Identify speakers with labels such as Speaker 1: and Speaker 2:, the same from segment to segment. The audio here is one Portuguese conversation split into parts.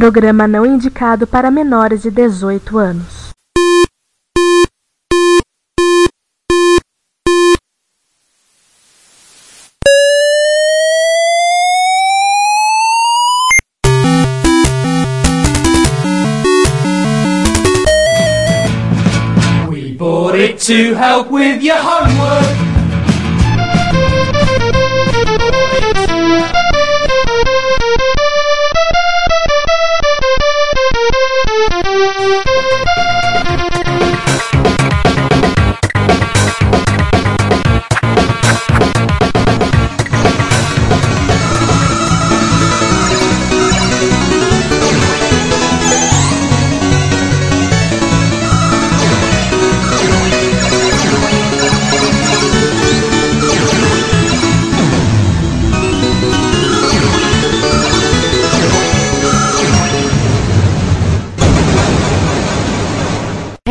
Speaker 1: Programa não indicado para menores de dezoito anos.
Speaker 2: We bought it to help with your homework.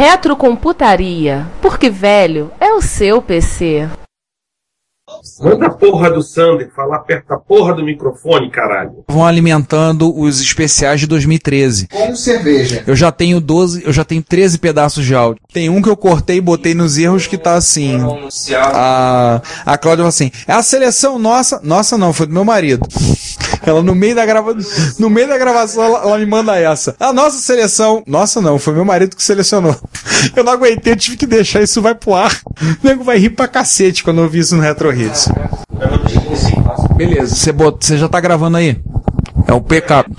Speaker 3: Retrocomputaria, porque velho é o seu PC.
Speaker 4: Manda a porra do Sander falar perto da porra do microfone, caralho.
Speaker 5: Vão alimentando os especiais de 2013.
Speaker 6: Como cerveja.
Speaker 5: Eu já tenho 12, eu já tenho 13 pedaços de áudio. Tem um que eu cortei e botei nos erros que tá assim. A, a Cláudia falou assim: é a seleção nossa. Nossa, não, foi do meu marido. Ela no meio da grava... no meio da gravação ela, ela me manda essa. A nossa seleção. Nossa, não, foi meu marido que selecionou. Eu não aguentei, eu tive que deixar isso vai pro ar. O nego vai rir pra cacete quando eu ouvir isso no Retro Hits. Beleza, você bota, você já tá gravando aí? É o backup.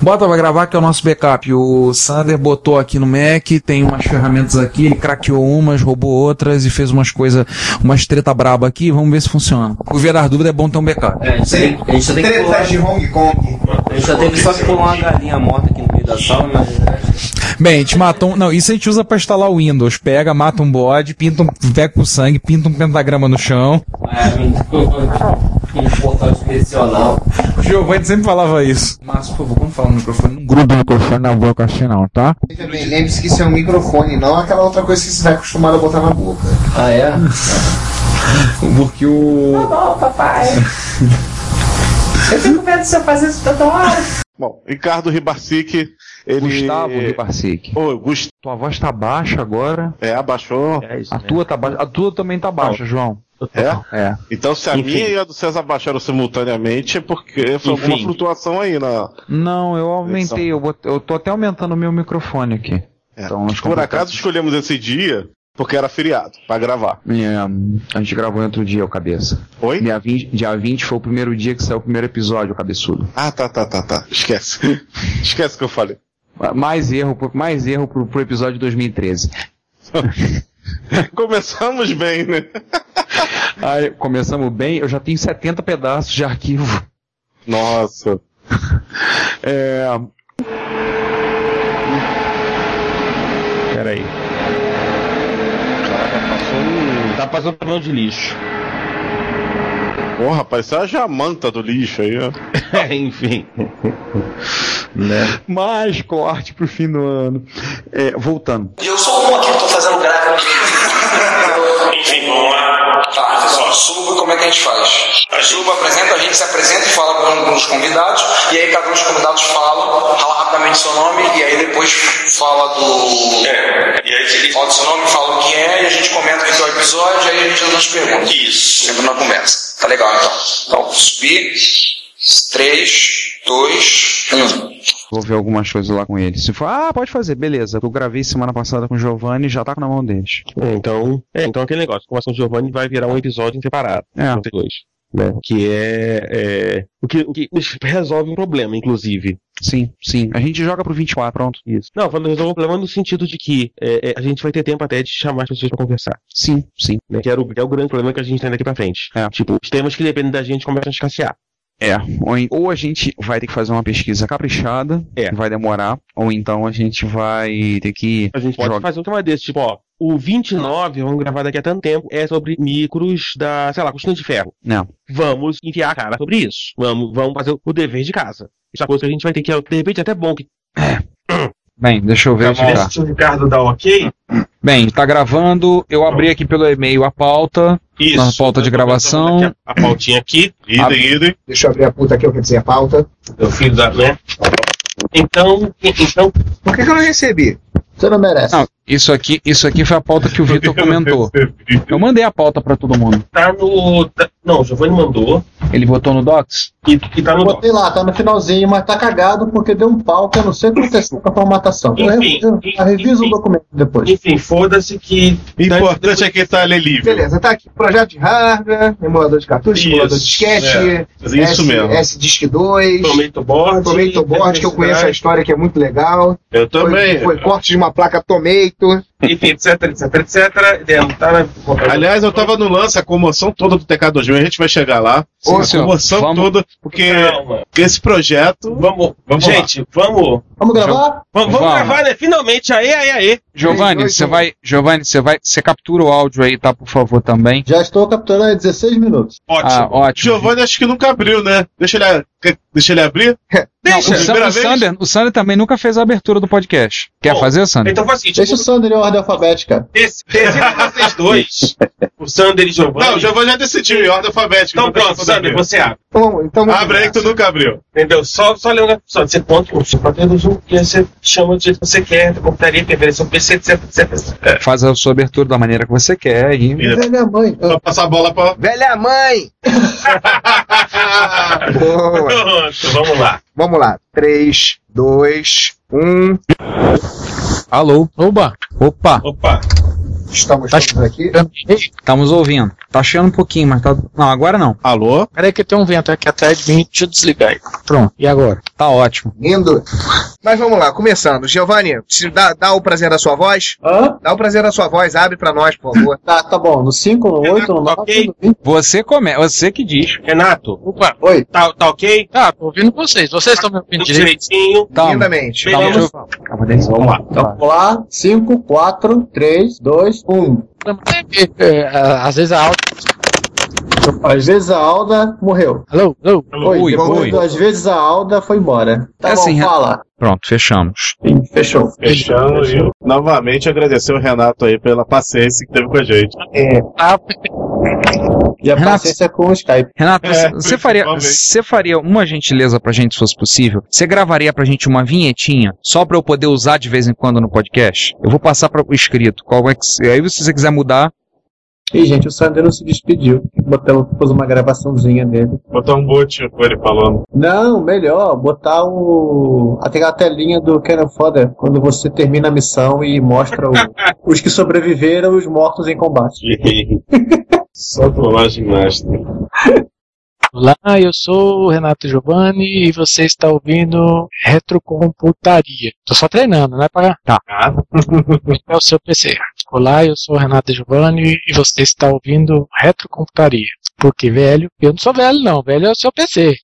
Speaker 5: Bota pra gravar que é o nosso backup. O Sander botou aqui no Mac, tem umas ferramentas aqui, ele craqueou umas, roubou outras e fez umas coisas, umas treta braba aqui, vamos ver se funciona. O virar dúvida é bom ter um backup.
Speaker 7: É, a gente, tem, a gente só tem que pular,
Speaker 6: Tretas de Hong Kong.
Speaker 7: a gente só tem que só pular uma galinha morta aqui no meio da sala, mas é,
Speaker 5: Bem, a gente matou um. Não, isso a gente usa pra instalar o Windows. Pega, mata um bode, pinta um. Pega com sangue, pinta um pentagrama no chão.
Speaker 7: é um portal direcional.
Speaker 5: O Giovanni sempre falava isso. Mas, por favor, vamos falar no microfone? Não gruda o microfone na boca assim, não, tá?
Speaker 6: Veja bem, Lembre-se que isso é um microfone, não aquela outra coisa que você vai acostumado a botar na boca.
Speaker 7: Ah, é?
Speaker 5: Porque o.
Speaker 8: Bom, Ricardo Ribarsic, ele.
Speaker 5: Gustavo Ribarsic.
Speaker 8: Ô, Gust...
Speaker 5: Tua voz tá baixa agora.
Speaker 8: É, abaixou.
Speaker 7: É isso
Speaker 5: A tua, tá baixa. a tua também tá baixa, João.
Speaker 8: É?
Speaker 5: É.
Speaker 8: Então, se a
Speaker 7: Enfim.
Speaker 8: minha e a do César baixaram simultaneamente, é porque foi alguma
Speaker 7: Enfim.
Speaker 8: flutuação aí na.
Speaker 5: Não, eu aumentei. Eu, bot- eu tô até aumentando o meu microfone aqui.
Speaker 8: É.
Speaker 5: Então, acho
Speaker 8: Por acaso escolhemos esse dia porque era feriado, pra gravar.
Speaker 9: Minha, a gente gravou em outro dia, o cabeça.
Speaker 8: Oi?
Speaker 9: Dia 20, dia 20 foi o primeiro dia que saiu o primeiro episódio, o cabeçudo.
Speaker 8: Ah, tá, tá, tá, tá. Esquece. Esquece que eu falei.
Speaker 9: Mais erro, pro- mais erro pro, pro episódio de 2013.
Speaker 8: Começamos bem, né?
Speaker 9: Aí, começamos bem, eu já tenho 70 pedaços de arquivo.
Speaker 8: Nossa.
Speaker 9: É. Peraí.
Speaker 10: Tá passando pneu de lixo.
Speaker 8: Ô, rapaz, isso é a jamanta do lixo aí, ó.
Speaker 10: Enfim. né?
Speaker 9: Mais corte pro fim do ano. É, voltando.
Speaker 2: E eu sou um aqui, tô fazendo grave. Enfim, vamos lá.
Speaker 11: Tá, pessoal, suba, como é que a gente faz? A Suba, apresenta, a gente se apresenta e fala com, com os convidados, e aí cada um dos convidados fala, fala rapidamente seu nome, e aí depois fala do.
Speaker 4: É, e aí seria
Speaker 11: Fala do seu nome, fala o que é, e a gente comenta o que é o episódio, aí a gente anda nas perguntas.
Speaker 4: isso.
Speaker 11: Entra na conversa. Tá legal então. Então, subir. 3, 2, 1.
Speaker 9: Vou ver algumas coisas lá com ele. Se for, ah, pode fazer, beleza. Eu gravei semana passada com o Giovanni já tá na mão deles.
Speaker 10: Então, é, então aquele negócio. Começa com o Giovanni vai virar um episódio em separado.
Speaker 9: É.
Speaker 10: Não tem dois. Né? Que é, é, o, que, o que resolve um problema, inclusive.
Speaker 9: Sim, sim. A gente joga pro 24, pronto.
Speaker 10: Isso. Não, falando resolve um problema no sentido de que é, é, a gente vai ter tempo até de chamar as pessoas pra conversar.
Speaker 9: Sim, sim.
Speaker 10: Né? Que, era o, que é o grande problema que a gente tem daqui pra frente.
Speaker 9: É.
Speaker 10: Tipo, os temas que dependem da gente começam a escassear.
Speaker 9: É, ou, em- ou a gente vai ter que fazer uma pesquisa caprichada,
Speaker 10: É.
Speaker 9: vai demorar, ou então a gente vai ter que.
Speaker 10: A gente pode
Speaker 9: Joga.
Speaker 10: fazer um tema desse, tipo, ó, o 29, vamos gravar daqui a tanto tempo, é sobre micros da, sei lá, cortina de ferro.
Speaker 9: Não.
Speaker 10: Vamos enviar a cara sobre isso. Vamos, vamos fazer o dever de casa. Isso é uma coisa que a gente vai ter que, de repente, é até bom que.
Speaker 9: Bem, deixa eu ver.
Speaker 4: Vê
Speaker 5: tá.
Speaker 4: se o Ricardo dá ok.
Speaker 9: Bem, tá gravando, eu abri aqui pelo e-mail a pauta.
Speaker 10: Isso.
Speaker 5: Na pauta de gravação.
Speaker 10: A, a pautinha aqui.
Speaker 5: Idem,
Speaker 10: idem.
Speaker 11: Deixa eu abrir a puta aqui, eu quero dizer a pauta.
Speaker 10: Meu filho da né? Então, então.
Speaker 11: Por que, que eu não recebi? Você não merece.
Speaker 5: Não, isso aqui, isso aqui foi a pauta que o Vitor comentou. Eu mandei a pauta pra todo mundo.
Speaker 10: Tá no. tá- não, o Giovanni mandou.
Speaker 5: Ele votou no Docs?
Speaker 10: E, e tá no. doc.
Speaker 11: Botei lá, tá no finalzinho, mas tá cagado porque deu um pau que eu não sei é o que aconteceu com a formatação. Eu
Speaker 10: Enfim,
Speaker 11: reviso,
Speaker 10: enfim,
Speaker 11: eu reviso
Speaker 10: enfim.
Speaker 11: Tá, o documento depois.
Speaker 10: Enfim, foda-se que.
Speaker 8: O importante é que tá ali livre.
Speaker 11: Beleza, tá aqui. Projeto de hardware, emulador de cartucho,
Speaker 10: Isso,
Speaker 11: emulador de disquete,
Speaker 8: é. Mas isso
Speaker 11: S,
Speaker 8: mesmo.
Speaker 11: S Disc 2,
Speaker 10: Prometo board.
Speaker 11: Tomato Board, que eu conheço a história que é muito legal.
Speaker 8: Eu também.
Speaker 11: Foi, foi corte de uma placa Tomato.
Speaker 10: Enfim, etc, etc, etc. Dentro, tá na.
Speaker 8: Aliás, eu tava no lance, a comoção toda do TK2000, a gente vai chegar lá.
Speaker 5: Sim,
Speaker 8: a
Speaker 5: senhor.
Speaker 8: comoção
Speaker 5: Vamos.
Speaker 8: toda, porque
Speaker 10: Calma.
Speaker 8: esse projeto.
Speaker 10: Vamos, vamos.
Speaker 8: lá.
Speaker 10: Gente, vamos.
Speaker 11: Vamos gravar?
Speaker 10: Vamos, vamos
Speaker 5: Vamos.
Speaker 10: gravar, né? Finalmente. Aê, aê, aê.
Speaker 5: Giovanni,
Speaker 11: dois,
Speaker 5: você
Speaker 11: um.
Speaker 5: vai. Giovanni, você vai. Você captura o áudio aí, tá? Por favor, também.
Speaker 11: Já estou capturando há 16 minutos.
Speaker 5: Ah,
Speaker 10: Ótimo.
Speaker 5: ótimo.
Speaker 8: Giovanni acho que nunca abriu, né? Deixa ele, quer- deixa ele abrir.
Speaker 5: Não,
Speaker 10: Deixa.
Speaker 5: o, Sam,
Speaker 8: primeira
Speaker 5: o,
Speaker 8: vez.
Speaker 5: Sander, o Sander também nunca fez a abertura do podcast. Quer
Speaker 10: Bom,
Speaker 5: fazer, Sander?
Speaker 10: Então faz o seguinte:
Speaker 11: Deixa o
Speaker 2: é
Speaker 11: Sander em ordem alfabética.
Speaker 10: dec- decidam vocês dois. O Sander e Giovanni.
Speaker 8: Não, o Giovanni já decidiu, em ordem alfabética.
Speaker 10: Então
Speaker 8: não tem
Speaker 10: pronto,
Speaker 8: como abrir.
Speaker 10: Sander, você abre.
Speaker 11: Então, então vamos
Speaker 8: Abre aí que tu nunca abriu.
Speaker 10: Entendeu? Só, só lê um só Você conta o seu do jogo, que você chama do jeito que você quer, da computaria, preferência, PC, etc, etc. etc.
Speaker 5: Faz a sua abertura da maneira que você quer e.
Speaker 11: Velha mãe.
Speaker 8: Só passar a bola pra.
Speaker 11: Velha mãe! Boa.
Speaker 10: Pronto, vamos lá.
Speaker 11: Vamos lá. 3, 2, 1.
Speaker 5: Alô? Opa! Opa!
Speaker 10: Opa,
Speaker 11: Estamos
Speaker 5: Tá
Speaker 11: todos aqui.
Speaker 5: Estamos ouvindo. Tá chiando um pouquinho, mas tá. Não, agora não.
Speaker 8: Alô?
Speaker 7: Peraí que tem um vento aqui atrás de mim, deixa eu desligar aí.
Speaker 5: Pronto. E agora? Tá ótimo.
Speaker 11: Lindo. Mas vamos lá, começando. Giovanni, te dá, dá o prazer da sua voz?
Speaker 7: Hã?
Speaker 11: Dá o prazer da sua voz, abre pra nós, por favor.
Speaker 7: Tá, tá bom. No 5,
Speaker 12: um,
Speaker 7: no 8, no 9,
Speaker 10: tá ok?
Speaker 7: no 20.
Speaker 5: Você come... Você que diz.
Speaker 10: Renato. Opa,
Speaker 11: Oi.
Speaker 10: Tá, tá ok?
Speaker 7: Tá, tô ouvindo vocês. Vocês estão me ouvindo
Speaker 10: Tudo
Speaker 7: direito?
Speaker 10: direitinho.
Speaker 5: Calma.
Speaker 11: Lindamente.
Speaker 5: Calma,
Speaker 10: Beleza.
Speaker 5: Giovanni. Calma, Denis. Vamos lá. Então,
Speaker 7: Vamos lá. 5, 4, 3, 2, 1. Às vezes a áudio.
Speaker 11: Às vezes a Alda morreu.
Speaker 7: Alô, alô.
Speaker 11: Foi,
Speaker 5: Oi,
Speaker 11: depois
Speaker 5: oi.
Speaker 11: duas vezes a Alda foi embora. Tá
Speaker 5: É
Speaker 11: bom,
Speaker 5: assim,
Speaker 11: fala.
Speaker 5: Pronto, fechamos.
Speaker 11: Fechou.
Speaker 8: Fechando, viu? Novamente agradecer o Renato aí pela paciência que teve com a gente.
Speaker 7: Ah,
Speaker 11: E a
Speaker 5: Renato-
Speaker 11: paciência com o Skype.
Speaker 5: Renato, você-
Speaker 8: É,
Speaker 5: você faria,
Speaker 8: principalmente.
Speaker 5: você faria uma gentileza pra gente, se fosse possível? Você gravaria pra gente uma vinhetinha só pra eu poder usar de vez em quando no podcast? Eu vou passar para o escrito. Qual é que, aí, se você quiser mudar,
Speaker 11: Ih, gente, o Sander não se despediu. Botamos, pôs uma gravaçãozinha dele.
Speaker 8: Botar um boot com ele falando.
Speaker 11: Não, melhor, botar o. até a telinha do Cannon Foda quando você termina a missão e mostra o- os que sobreviveram e os mortos em combate.
Speaker 8: Só trollagem mestre.
Speaker 7: Olá, eu sou o Renato Giovanni e você está ouvindo Retrocomputaria. Tô só treinando, né, pra
Speaker 10: Tá.
Speaker 8: Ah,
Speaker 7: é o seu PC. Olá, eu sou o Renato Giovanni e você está ouvindo Retrocomputaria. Porque, velho, eu não sou velho, não. Velho é o seu PC.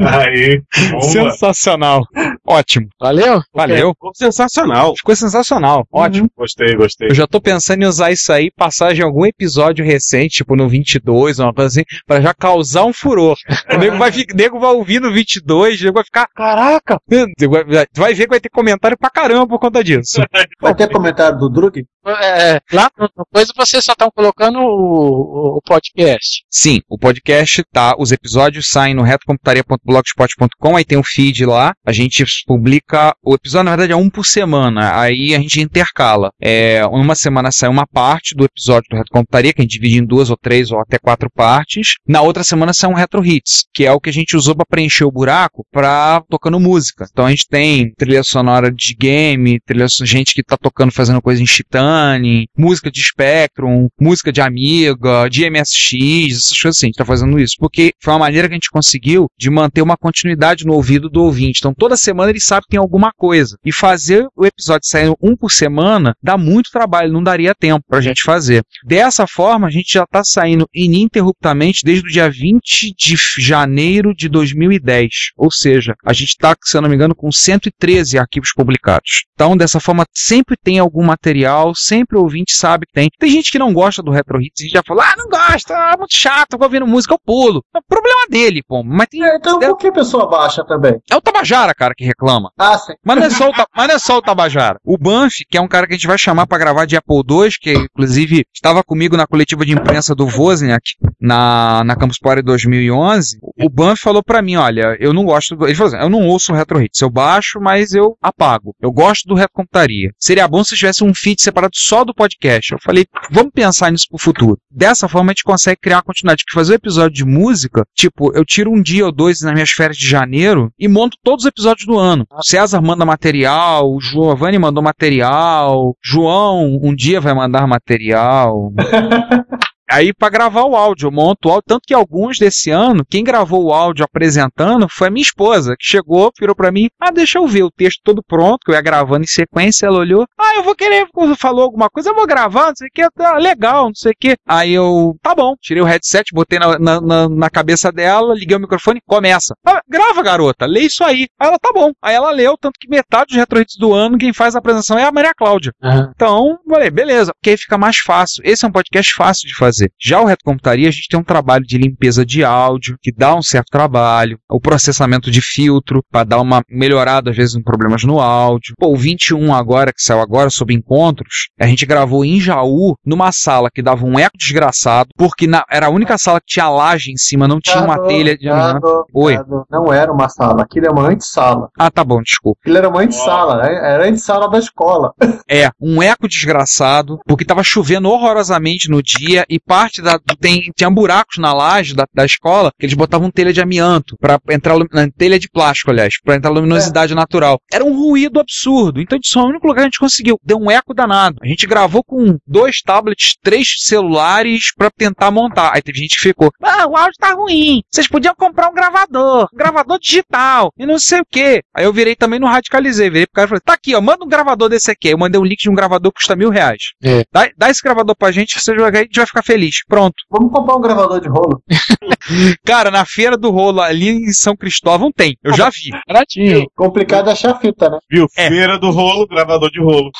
Speaker 8: aí. Boa.
Speaker 5: sensacional. Ótimo.
Speaker 7: Valeu?
Speaker 5: Valeu.
Speaker 10: Ficou sensacional.
Speaker 5: Ficou sensacional. Ótimo.
Speaker 8: Uhum. Gostei, gostei.
Speaker 5: Eu já tô pensando em usar isso aí, passar de algum episódio recente, tipo no 22, uma coisa assim, pra já causar um furor. O nego vai, fi- nego vai ouvir no 22, o nego vai ficar, caraca! Tu vai- vai- tu vai ver que vai ter comentário pra caramba por conta disso.
Speaker 11: Vai ter comentário do Drug?
Speaker 7: É, lá no no coisa vocês só estão colocando o, o- o podcast.
Speaker 5: Sim, o podcast tá, os episódios saem no retocomputaria.blogspot.com, aí tem o feed lá, a gente publica, o episódio na verdade é um por semana, aí a gente intercala. É, uma semana sai uma parte do episódio do Reto Computaria, que a gente divide em duas ou três ou até quatro partes, na outra semana sai um Retro Hits, que é o que a gente usou pra preencher o buraco pra tocando música. Então a gente tem trilha sonora de game, trilha so- gente que tá tocando, fazendo coisa em Chitane, música de Spectrum, música de Amiga, de MSX, essas coisas assim. A gente tá fazendo isso porque foi uma maneira que a gente conseguiu de manter uma continuidade no ouvido do ouvinte. Então toda semana ele sabe que tem alguma coisa. E fazer o episódio saindo um por semana dá muito trabalho, não daria tempo pra gente fazer. Dessa forma, a gente já está saindo ininterruptamente desde o dia 20 de f- janeiro de 2010. Ou seja, a gente está, se eu não me engano, com 113 arquivos publicados. Então, dessa forma, sempre tem algum material, sempre o ouvinte sabe que tem. Tem gente que não gosta do Retro Hits e já fala, ah, não gosta, ah, muito chato, vou ouvindo música, eu pulo. É problema dele, pô. Mas tem...
Speaker 11: É, então por que a pessoa baixa também?
Speaker 5: É o Tabajara, cara, que reclama.
Speaker 2: Ah, sim.
Speaker 5: Mas não, é só o, Ta- mas não é só o Tabajara. O Banff, que é um cara que a gente vai chamar pra gravar de Apple II, que inclusive estava comigo na coletiva de imprensa do Wozniak na, na Campus Party 2011, o Banff falou pra mim, olha, eu não gosto do... Ele falou assim, eu não ouço o Retro Hits, eu baixo, mas eu apago. Eu gosto do Retrocomputaria. Seria bom se tivesse um feed separado só do podcast. Eu falei, vamos pensar nisso pro futuro. Dessa forma a gente consegue criar uma continuidade, porque fazer um episódio de música, tipo, eu tiro um dia ou dois nas minhas férias de janeiro e monto todos os episódios do ano. O César manda material, o Giovanni mandou material, João um dia vai mandar material. Aí pra gravar o áudio, eu monto o áudio, tanto que alguns desse ano, quem gravou o áudio apresentando foi a minha esposa, que chegou, virou pra mim, ah, deixa eu ver o texto todo pronto, que eu ia gravando em sequência, ela olhou, ah, eu vou querer, quando falou alguma coisa, eu vou gravar, não sei o que, tá legal, não sei o que. Aí eu, tá bom, tirei o headset, botei na, na, na- na cabeça dela, liguei o microfone, começa. Ah, grava, garota, lê isso aí. Aí ela, tá bom. Aí ela leu, tanto que metade dos retroites do ano, quem faz a apresentação é a Maria Cláudia. Então, falei, beleza, porque aí fica mais fácil. Esse é um podcast fácil de fazer. Já o Retrocomputaria, a gente tem um trabalho de limpeza de áudio, que dá um certo trabalho, o processamento de filtro, para dar uma melhorada, às vezes, em problemas no áudio. Pô, o 21 agora, que saiu agora, sobre encontros, a gente gravou em Jaú, numa sala que dava um eco desgraçado, porque na- era a única sala que tinha laje em cima, não tinha uma
Speaker 2: Ricardo,
Speaker 5: telha de
Speaker 2: Ricardo,
Speaker 5: Oi.
Speaker 2: Ricardo, Não era uma sala, aquilo é uma antessala.
Speaker 5: Ah, tá bom, desculpa.
Speaker 2: Aquilo era uma antessala, né? era a antessala da escola.
Speaker 5: É, um eco desgraçado, porque tava chovendo horrorosamente no dia e parte da. Tem, tinha buracos na laje da, da escola que eles botavam telha de amianto para entrar. lu- não, telha de plástico, aliás, pra entrar luminosidade natural. Era um ruído absurdo. Então, isso é o único lugar que a gente conseguiu. Deu um eco danado. A gente gravou com dois tablets, três celulares pra tentar montar. Aí teve gente que ficou. Ah, o áudio tá ruim. Vocês podiam comprar um gravador, um gravador digital e não sei o quê. Aí eu virei também, não radicalizei, virei pro cara e falei, tá aqui, ó, manda um gravador desse aqui. Aí eu mandei um link de um gravador que custa mil reais.
Speaker 13: É.
Speaker 5: Dá, dá esse gravador pra gente, você vai- a gente vai ficar feliz. Pronto.
Speaker 2: Vamos comprar um gravador de rolo.
Speaker 5: cara, na feira do rolo ali em São Cristóvão tem. Eu já vi.
Speaker 13: Baratinho.
Speaker 2: Complicado é achar fita, né?
Speaker 14: Viu?
Speaker 7: É.
Speaker 14: Feira do rolo, gravador de rolo.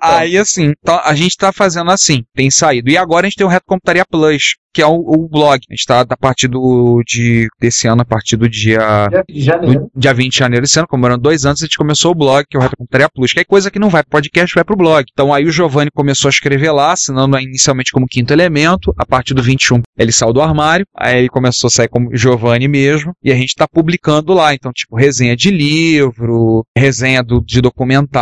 Speaker 5: Aí assim, tá- a gente tá fazendo assim, tem saído. E agora a gente tem o Reto Computaria Plus, que é o, o blog. A gente tá a partir do, de, desse ano, a partir do dia.
Speaker 2: Dia de janeiro.
Speaker 5: Dia 20 de janeiro desse ano, comemorando dois anos, a gente começou o blog, que é o Reto Computaria Plus, que é coisa que não vai pro podcast, vai pro blog. Então aí o Giovanni começou a escrever lá, assinando inicialmente como quinto elemento. A partir do 21 ele saiu do armário, aí ele começou a sair como Giovanni mesmo, e a gente tá publicando lá. Então, tipo, resenha de livro, resenha do, de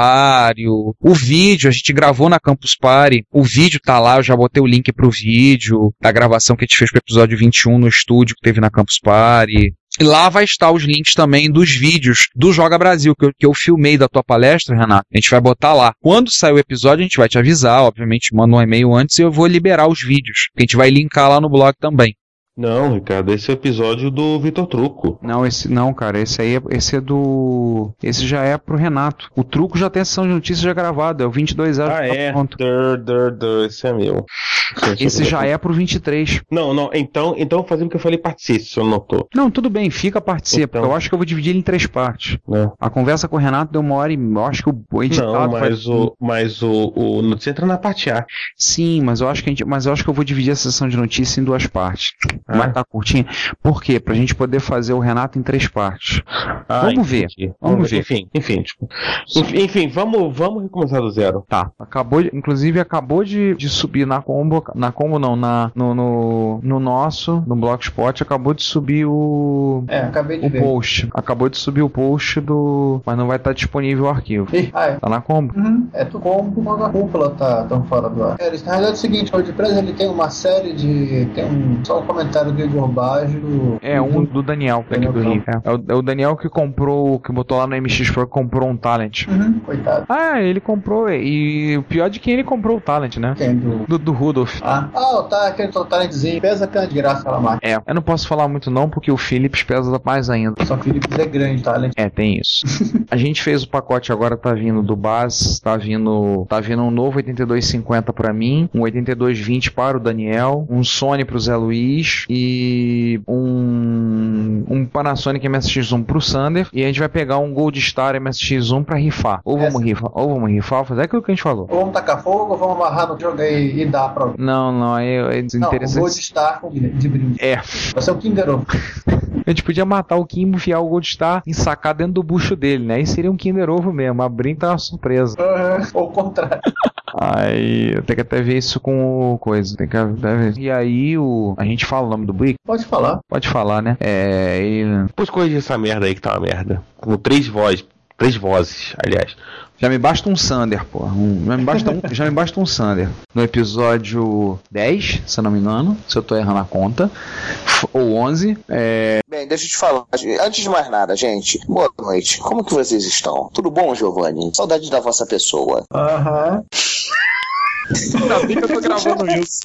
Speaker 5: documentário, o vídeo, a gente gravou na Campus Party, o vídeo tá lá, eu já botei o link pro vídeo da gravação que a gente fez pro episódio 21 no estúdio que teve na Campus Party. E lá vai estar os links também dos vídeos do Joga Brasil, que eu, que eu filmei da tua palestra, Renato. A gente vai botar lá. Quando sair o episódio, a gente vai te avisar, obviamente, manda um e-mail antes e eu vou liberar os vídeos. Que a gente vai linkar lá no blog também.
Speaker 14: Não, Ricardo, esse é o episódio do Vitor Truco.
Speaker 5: Não, esse não, cara. Esse aí é, esse é do. Esse já é pro Renato. O truco já tem a sessão de notícias já gravada. É o 22 horas.
Speaker 15: Tá
Speaker 10: Ah, é. Dur, dur, dur, esse é meu.
Speaker 5: Esse já é pro 23.
Speaker 10: Não, não. Então, então fazendo o que eu falei, participe, se eu não tô.
Speaker 5: Não, tudo bem, fica, participa.
Speaker 10: Então.
Speaker 5: Eu acho que eu vou dividir ele em três partes.
Speaker 10: É.
Speaker 5: A conversa com o Renato deu uma hora e. Eu acho que o editado
Speaker 10: Não,
Speaker 5: vai-
Speaker 10: mas o, mas o, o notícia entra na parte A.
Speaker 5: Sim, mas eu acho que a gente, mas eu acho que eu vou dividir a sessão de notícias em duas partes. Vai estar curtinha. Por quê? Pra gente poder fazer o Renato em três partes. vamos ver.
Speaker 10: Ah, entendi.
Speaker 5: Vamos ver.
Speaker 10: Enfim, enfim, tipo, enfim, enfim, vamos, vamos recomeçar do zero.
Speaker 5: Tá. Acabou, de- inclusive acabou de, de subir na combo, na combo não, na no, no, no nosso, no Blogspot acabou de subir o
Speaker 2: É, acabei de
Speaker 5: o
Speaker 2: ver.
Speaker 5: post. Acabou de subir o post do, mas não vai estar disponível o arquivo.
Speaker 2: Ih, ah, é.
Speaker 5: Tá na combo.
Speaker 2: Uhum. É tu como quando a cúpula tá tão fora do ar. É, eles- na realidade é o seguinte, o WordPress ele tem uma série de. tem um só um comentário do Igor Baggio.
Speaker 5: É um do Daniel daqui do Rio. É, é o, é o Daniel que comprou, que botou lá no MX Pro, que comprou um talent.
Speaker 2: Uhum, coitado.
Speaker 5: Ah, ele comprou. E o pior de quem ele comprou o talent, né?
Speaker 2: Quem? é Do,
Speaker 5: do, Rudolph.
Speaker 2: Ah, ah tá, aquele totalzinho. Pesa que é uma desgraça aquela máquina.
Speaker 5: É, eu não posso falar muito não, porque o Philips pesa mais ainda.
Speaker 2: Só que o Philips é grande, tá?
Speaker 5: É, tem isso. a gente fez o pacote agora, tá vindo do Bas, tá vindo, tá vindo um novo 8250 pra mim, um 8220 para o Daniel, um Sony pro Zé Luiz e um um Panasonic MSX1 pro Sander e a gente vai pegar um Gold Star MSX1 pra rifar. Ou vamos rifar, ou vamos rifar, ou fazer aquilo que a gente falou.
Speaker 2: Ou vamos tacar fogo, ou vamos amarrar no jogo e, e dar pra.
Speaker 5: Não, não, é, é
Speaker 2: Não, o
Speaker 5: desinteressante.
Speaker 2: Gold Star com- de brinde.
Speaker 5: É.
Speaker 2: Vai ser o Kinder Ovo.
Speaker 5: A gente podia matar o Kimbo, enfiar o Gold Star e sacar dentro do bucho dele, né? Aí seria um Kinder Ovo mesmo, abrindo tá uma surpresa.
Speaker 2: Ou o contrário.
Speaker 5: Aí eu tenho que até ver isso com o coisa. Tem que até ver. E aí o. A gente fala o nome do Brick?
Speaker 2: Pode falar.
Speaker 5: Pode falar, né? É. Ele...
Speaker 10: Depois corrigir essa merda aí que tá uma merda. Com três vozes. Três vozes, aliás.
Speaker 5: Já me basta um Sander, pô. Um- já, me basta um, já me basta um Sander. No episódio 10, se eu não me engano, se eu tô errando a conta, f- ou 11, é,
Speaker 11: Bem, deixa eu te falar. Antes de mais nada, gente, boa noite. Como que vocês estão? Tudo bom, Giovanni? Saudade da vossa pessoa.
Speaker 2: Aham.
Speaker 5: Ainda bem que eu tô gravando isso.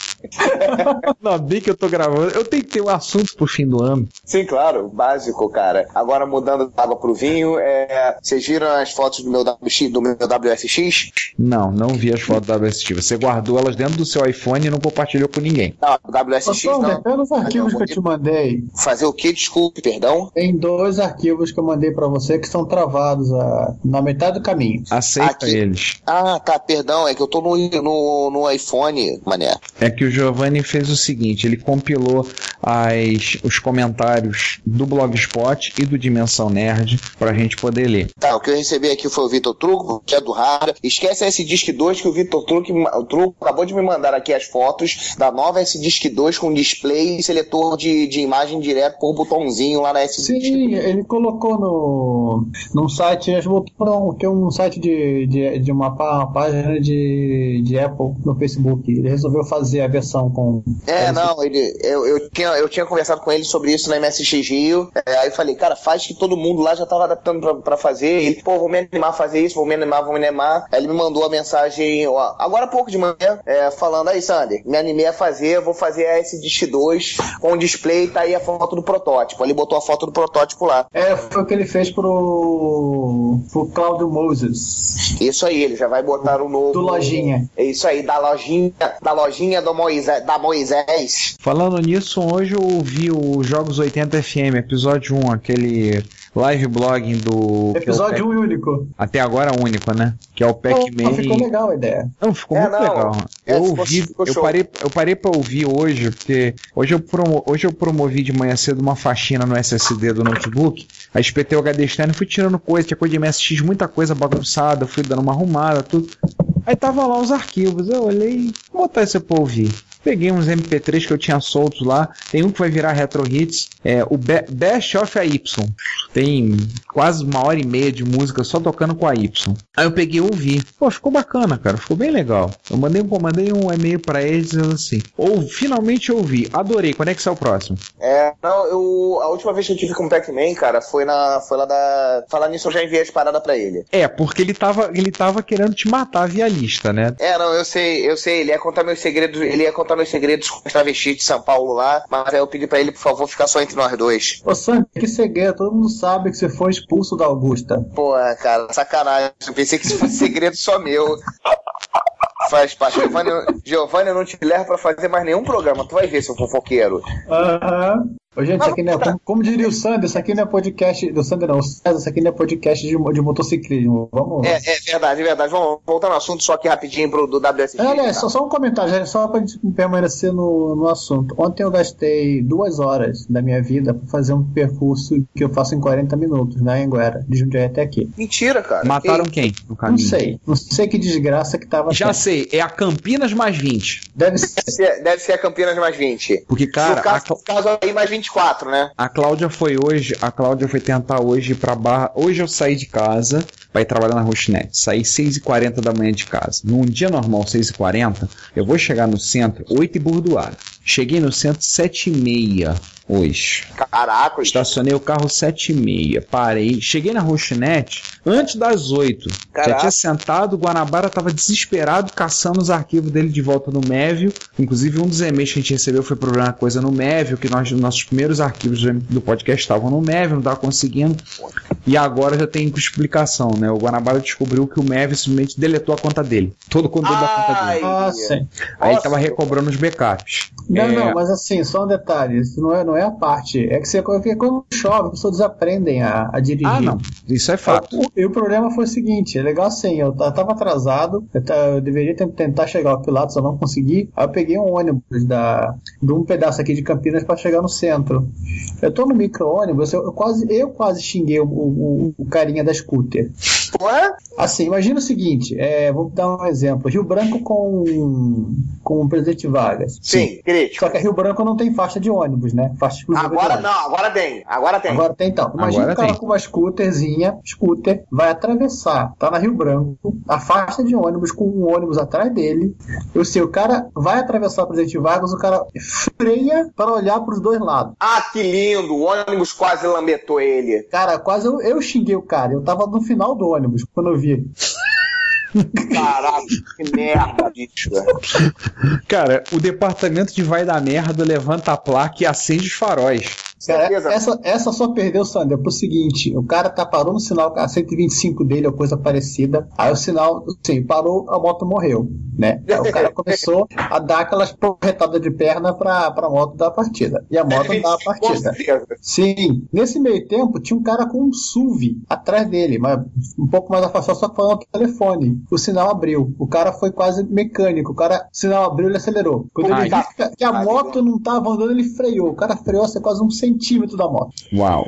Speaker 5: Ainda bem que eu tô gravando. Eu tenho que ter um assunto pro fim do ano.
Speaker 11: Sim, claro, básico, cara. Agora mudando da água pro vinho, é, vocês viram as fotos do meu, WX, do meu WFX?
Speaker 5: Não, não vi as fotos da WST. Você guardou elas dentro do seu iPhone e não compartilhou com ninguém.
Speaker 11: Não, WSX não.
Speaker 2: Pega
Speaker 5: um
Speaker 2: os arquivos que eu te mandei.
Speaker 11: Fazer o quê? Desculpe, perdão.
Speaker 2: Tem dois arquivos que eu mandei pra você que estão travados ah, na metade do caminho.
Speaker 5: Aceita eles.
Speaker 11: Ah, tá, perdão, é que eu tô no, no, no iPhone, mané.
Speaker 5: É que o Giovanni fez o seguinte: ele compilou as, os comentários do Blogspot e do Dimensão Nerd pra gente poder ler.
Speaker 11: Tá, o que eu recebi aqui foi o Vitor Truco, que é do Rara. Esquece esse Disque 2 que o Vitor Truco, o Truco acabou de me mandar aqui as fotos da nova S Disque 2 com display e seletor de, de imagem direto por botãozinho lá na S
Speaker 2: Sim, Tipo, ele colocou no num site, acho que botou um- que é um site de, de, de uma, pá- uma página de, de Apple no Facebook. Ele resolveu fazer a versão com.
Speaker 11: É, não, ele, eu, eu, tinha, eu tinha conversado com ele sobre isso na MSX Rio. é, aí eu falei, cara, faz que todo mundo lá já tava adaptando pra, pra fazer. Ele, pô, vou me animar a fazer isso, vou me animar, vou me animar. Aí ele me mandou a mensagem, ó, agora há pouco de manhã, é, falando aí, Sander, me animei a fazer, vou fazer a SDX 2 com display, tá aí a foto do protótipo. Ele botou a foto do protótipo lá.
Speaker 2: É, foi o que ele fez pro. pro Claudio Moses.
Speaker 11: Isso aí, ele já vai botar o novo.
Speaker 2: Do Lojinha.
Speaker 11: É isso aí, da lojinha, da lojinha do Moisés, da Moisés.
Speaker 5: Falando nisso, hoje eu ouvi o Jogos 80 FM, episódio 1, aquele live blogging do. que é o
Speaker 2: Episódio
Speaker 5: Pac-
Speaker 2: um e único.
Speaker 5: Até agora único, né? Que é o
Speaker 2: Pô, ficou
Speaker 5: Pac-Man.
Speaker 2: legal a ideia.
Speaker 5: Não, ficou
Speaker 2: É,
Speaker 5: muito
Speaker 2: não.
Speaker 5: legal.
Speaker 2: É,
Speaker 5: eu
Speaker 2: ficou-
Speaker 5: ouvi,
Speaker 2: ficou
Speaker 5: eu
Speaker 2: show.
Speaker 5: parei, eu parei para ouvir hoje, porque hoje eu, promo- hoje eu promovi de manhã cedo uma faxina no SSD do notebook, aí espetei o HD externo e fui tirando coisa, tinha coisa de MSX, muita coisa bagunçada, fui dando uma arrumada, tudo. Aí tava lá os arquivos, eu olhei, vou botar isso pra ouvir. Peguei uns MP3 que eu tinha soltos lá, tem um que vai virar Retro Hits, é o Be- Best of AY. Tem quase uma hora e meia de música só tocando com a Y. Aí eu peguei e ouvi. Pô, ficou bacana, cara. Ficou bem legal. Eu mandei, um- mandei um e-mail pra eles dizendo assim: ou finalmente ouvi, adorei. Quando é que sai o próximo?
Speaker 11: É, não, eu. A última vez que eu tive com o Pac-Man, cara, foi na. Foi lá da. Falar nisso, eu já enviei as paradas pra ele.
Speaker 5: É, porque ele tava, ele tava querendo te matar via lista, né?
Speaker 11: É, não, eu sei, eu sei, ele ia contar meus segredos, ele ia contar meus segredos com os travestis de São Paulo lá, mas aí eu pedi pra ele, por favor, ficar só entre nós dois.
Speaker 2: Ô, Sandy, que cegueira, todo mundo sabe que você foi expulso da Augusta.
Speaker 11: Pô, cara, sacanagem. Eu pensei que isso fosse segredo só meu. Faz parte. Giovanni, Giovanni, eu não te levo pra fazer mais nenhum programa. Tu vai ver, seu fofoqueiro.
Speaker 2: Aham. Ô, gente, isso aqui não é. Como, como diria o Sander, isso aqui não é podcast. Do Sander não, o César, isso aqui não é podcast de, mo- de motociclismo. Vamos.
Speaker 11: É, é verdade, é verdade. Vamos voltar no assunto só aqui rapidinho pro do WSG.
Speaker 2: É, aliás, só, só um comentário, gente, só pra gente permanecer no, no assunto. Ontem eu gastei duas horas da minha vida pra fazer um percurso que eu faço em 40 minutos na Anguera, de Jundiaí até aqui.
Speaker 11: Mentira, cara.
Speaker 5: Mataram quem no
Speaker 2: Não
Speaker 5: caminho?
Speaker 2: sei, não sei que desgraça que tava.
Speaker 5: Já sei, é a Campinas mais 20.
Speaker 2: Deve
Speaker 11: ser, deve ser a Campinas mais 20.
Speaker 5: Porque, cara,
Speaker 11: no caso, no caso aí mais 24, né?
Speaker 5: A Cláudia foi hoje, a Cláudia foi tentar hoje ir pra barra. Hoje eu saí de casa pra ir trabalhar na Rochnet. Saí 6h40 da manhã de casa. Num dia normal, 6h40, eu vou chegar no centro 8 e burdoada. Cheguei no centro 7h30 hoje.
Speaker 11: Caraca,
Speaker 5: Estacionei o carro 7h30. Parei. Cheguei na Rochnet antes das 8. Já
Speaker 11: Caraca.
Speaker 5: tinha sentado, o Guanabara tava desesperado caçando os arquivos dele de volta no Mévio. Inclusive, um dos e-mails que a gente recebeu foi problema coisa no Mévio, que nós, nossos primeiros arquivos do podcast estavam no Mévio, não tava conseguindo. E agora já tem explicação, né? O Guanabara descobriu que o Mévio simplesmente deletou a conta dele. Todo o conteúdo da conta dele.
Speaker 2: Ah, sim.
Speaker 5: Aí ele tava recobrando os backups.
Speaker 2: Não,
Speaker 5: É,
Speaker 2: não, mas assim, só um detalhe, isso não é, não é a parte. É que você que quando chove, as pessoas aprendem a, a dirigir. Então,
Speaker 5: Ah, não. Isso é fato.
Speaker 2: O- e o problema foi o seguinte, é legal assim, eu ta- tava atrasado, eu, ta- eu deveria ter- tentar chegar ao Pilatos, eu não consegui. Aí eu peguei um ônibus da, de um pedaço aqui de Campinas para chegar no centro. Eu tô no micro-ônibus, eu, eu quase, eu quase xinguei o, o- o- o carinha da scooter.
Speaker 11: é?
Speaker 2: Assim, imagina o seguinte, é, vou dar um exemplo. Rio Branco com, com o presidente Vargas.
Speaker 11: Sim, crítico.
Speaker 2: Só que Rio Branco não tem faixa de ônibus, né? Faixa exclusiva de
Speaker 11: Agora
Speaker 2: ônibus.
Speaker 11: não, agora tem. Agora tem.
Speaker 2: Agora tem então. Imagina
Speaker 11: Agora
Speaker 2: o cara
Speaker 11: tem.
Speaker 2: com uma scooterzinha, scooter, vai atravessar, tá na Rio Branco, a faixa de ônibus com um ônibus atrás dele. Eu sei, o cara vai atravessar o presidente Vargas, o cara freia para olhar pros dois lados.
Speaker 11: Ah, que lindo! O ônibus quase lambetou ele.
Speaker 2: Cara, quase eu, eu xinguei o cara. Eu tava no final do ônibus quando eu vi.
Speaker 11: Caraca, que merda, bicho.
Speaker 5: Cara, o departamento de vai da merda levanta a placa e acende os faróis.
Speaker 2: Cara, É, essa, essa só perdeu, Sander, pro seguinte: o cara tá parou no sinal a 125 dele ou coisa parecida. Aí o sinal, sim, parou, a moto morreu, né? Aí o cara começou a dar aquelas porretadas de perna pra, pra moto dar a partida. E a moto não dá a partida. Sim, nesse meio tempo tinha um cara com um SUV atrás dele, mas um pouco mais afastado, só falando pelo telefone. O sinal abriu. O cara foi quase mecânico. O cara, o sinal abriu, ele acelerou. Quando
Speaker 5: Ai.
Speaker 2: ele viu que a- que a moto não tava andando, ele freou. O cara freou assim, quase um centímetro da moto.
Speaker 5: Uau.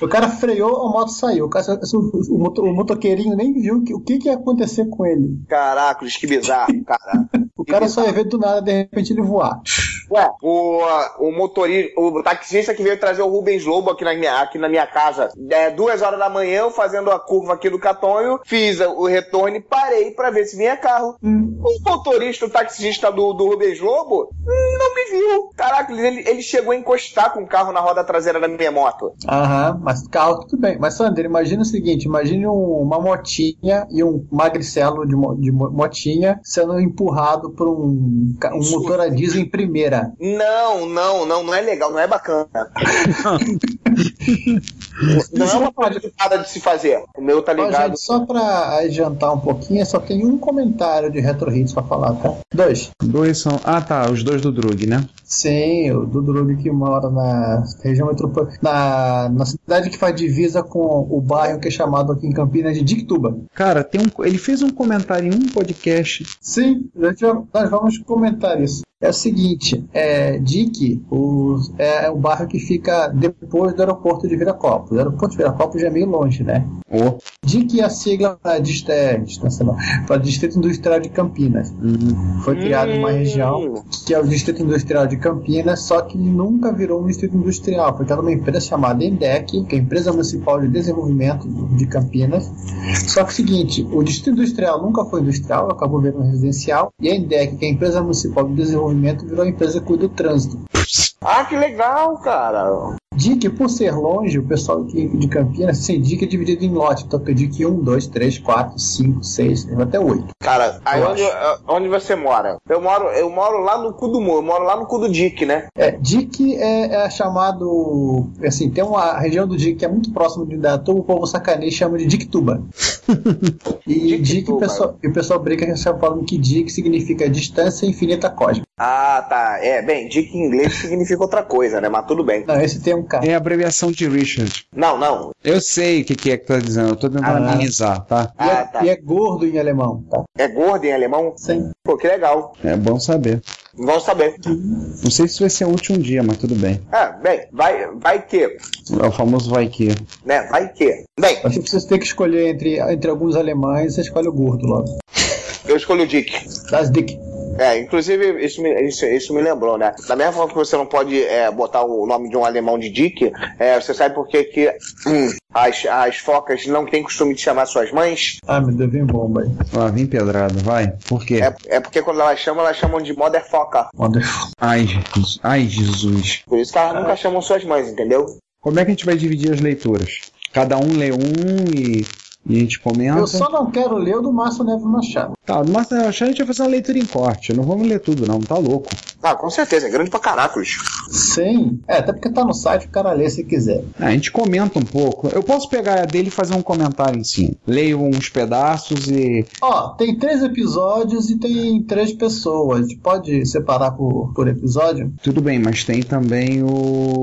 Speaker 2: O cara freou, a moto saiu. O, cara, assim, o, o moto- o motoqueirinho nem viu que- o que, que ia acontecer com ele.
Speaker 11: Caraca, que bizarro, cara.
Speaker 2: O cara só ia ver do nada, de repente, ele voar.
Speaker 11: Ué, o, uh, o motorista, o taxista que veio trazer o Rubens Lobo aqui na minha, aqui na minha casa, é, duas horas da manhã, eu fazendo a curva aqui do Catonho, fiz o retorno e parei pra ver se vinha carro.
Speaker 2: Hum.
Speaker 11: O motorista, o taxista do, do Rubens Lobo, hum, não me viu. Caraca, ele, ele chegou a encostar com o carro na roda traseira da minha moto.
Speaker 2: Aham, mas carro tudo bem. Mas Sandro, imagina o seguinte: imagine um- uma motinha e um magricelo de, mo- de mo- motinha sendo empurrado por um, ca- um motor a diesel em primeira.
Speaker 11: Não, não, não, não é legal, não é bacana. não é uma coisa de nada de se fazer. O meu tá
Speaker 2: Ó,
Speaker 11: ligado.
Speaker 2: gente, só pra adiantar um pouquinho, só tem um comentário de Retro Hits pra falar, tá? Dois.
Speaker 5: Dois são. Ah, tá. Os dois do Drug, né?
Speaker 2: Sim, o Dudrug que mora na região metropolitana, na, na cidade que faz divisa com o bairro que é chamado aqui em Campinas de Dictuba.
Speaker 5: Cara, tem um, ele fez um comentário em um podcast.
Speaker 2: Sim, nós vamos- nós vamos comentar isso. É o seguinte, é, Dick o, é o bairro que fica depois do aeroporto de Viracopos. O aeroporto de Viracopos já é meio longe, né? DIC é a sigla é, para Distrito Industrial de Campinas. Foi criado uma
Speaker 11: Hum.
Speaker 2: região que é o Distrito Industrial de Campinas, só que ele nunca virou um distrito industrial. Foi criada uma empresa chamada ENDEC, que é a Empresa Municipal de Desenvolvimento de Campinas. Só que é o seguinte, o Distrito Industrial nunca foi industrial, acabou virando residencial, e a ENDEC, que é a Empresa Municipal de Desenvolvimento, virou a empresa que cuida do trânsito.
Speaker 11: Ah, que legal, cara.
Speaker 2: DIC, por ser longe, o pessoal aqui de Campinas, sim, DIC é dividido em lote. Então tem DIC 1, 2, 3, 4, 5, 6, até 8.
Speaker 11: Cara, aí
Speaker 2: Eu
Speaker 11: onde, onde você mora? Eu moro, eu moro lá no cu do morro, eu moro lá no cu do Dick, né?
Speaker 2: É, DIC é, é chamado. Assim, tem uma região do DIC que é muito próximo de Datuba, o povo sacaneia e chama de DICTuba. e DIC, o pessoal, e o pessoal brinca que falam que DIC significa distância infinita cósmica.
Speaker 11: Ah, tá. É, bem, Dick em inglês significa outra coisa, né? Mas tudo bem.
Speaker 2: Não, esse tem um cara.
Speaker 5: É a abreviação de Richard.
Speaker 11: Não, não.
Speaker 5: Eu sei o que, que é que tá dizendo. Eu tô tentando
Speaker 2: Ah.
Speaker 5: analisar, tá?
Speaker 2: e,
Speaker 11: Ah,
Speaker 2: é,
Speaker 11: tá.
Speaker 2: e é gordo em alemão, tá?
Speaker 11: É gordo em alemão?
Speaker 2: Sim.
Speaker 11: Pô, que legal.
Speaker 5: É bom saber.
Speaker 11: Vamos saber.
Speaker 5: Não sei se isso vai ser útil um dia, mas tudo bem.
Speaker 11: É, bem, vai, vai que,
Speaker 5: É o famoso vai que.
Speaker 11: né? Vai que. Bem,
Speaker 2: Acho que você tem que escolher entre, entre alguns alemães, você escolhe o gordo logo.
Speaker 11: eu escolho o Dick.
Speaker 2: Das DIC.
Speaker 11: É, inclusive, isso me, isso, isso me lembrou, né? Da mesma forma que você não pode é, botar o nome de um alemão de Dick, é, você sabe por que, que hum, as, as focas não têm costume de chamar suas mães?
Speaker 2: Ah, meu Deus, vem bomba aí.
Speaker 5: Lá vem pedrada, vai. Por quê?
Speaker 11: É, é porque quando elas chamam, elas chamam de motherfucker.
Speaker 5: Ai, Jesus. Ai, Jesus.
Speaker 11: Por isso que elas
Speaker 2: É.
Speaker 11: nunca chamam suas mães, entendeu?
Speaker 5: Como é que a gente vai dividir as leituras? Cada um lê um e, e a gente comenta.
Speaker 2: Eu só não quero ler o do Márcio Neves Machado.
Speaker 5: Tá, mas eu acho que a gente vai fazer uma leitura em corte. Não vamos ler tudo, não. Tá louco.
Speaker 11: Ah, com certeza, é grande pra caracos.
Speaker 2: Sim. É, até porque tá no site, o cara lê se quiser.
Speaker 5: A gente comenta um pouco. Eu posso pegar a dele e fazer um comentário em cima. Leio uns pedaços e.
Speaker 2: Ó, tem três episódios e tem três pessoas. A gente pode separar por, por episódio?
Speaker 5: Tudo bem, mas tem também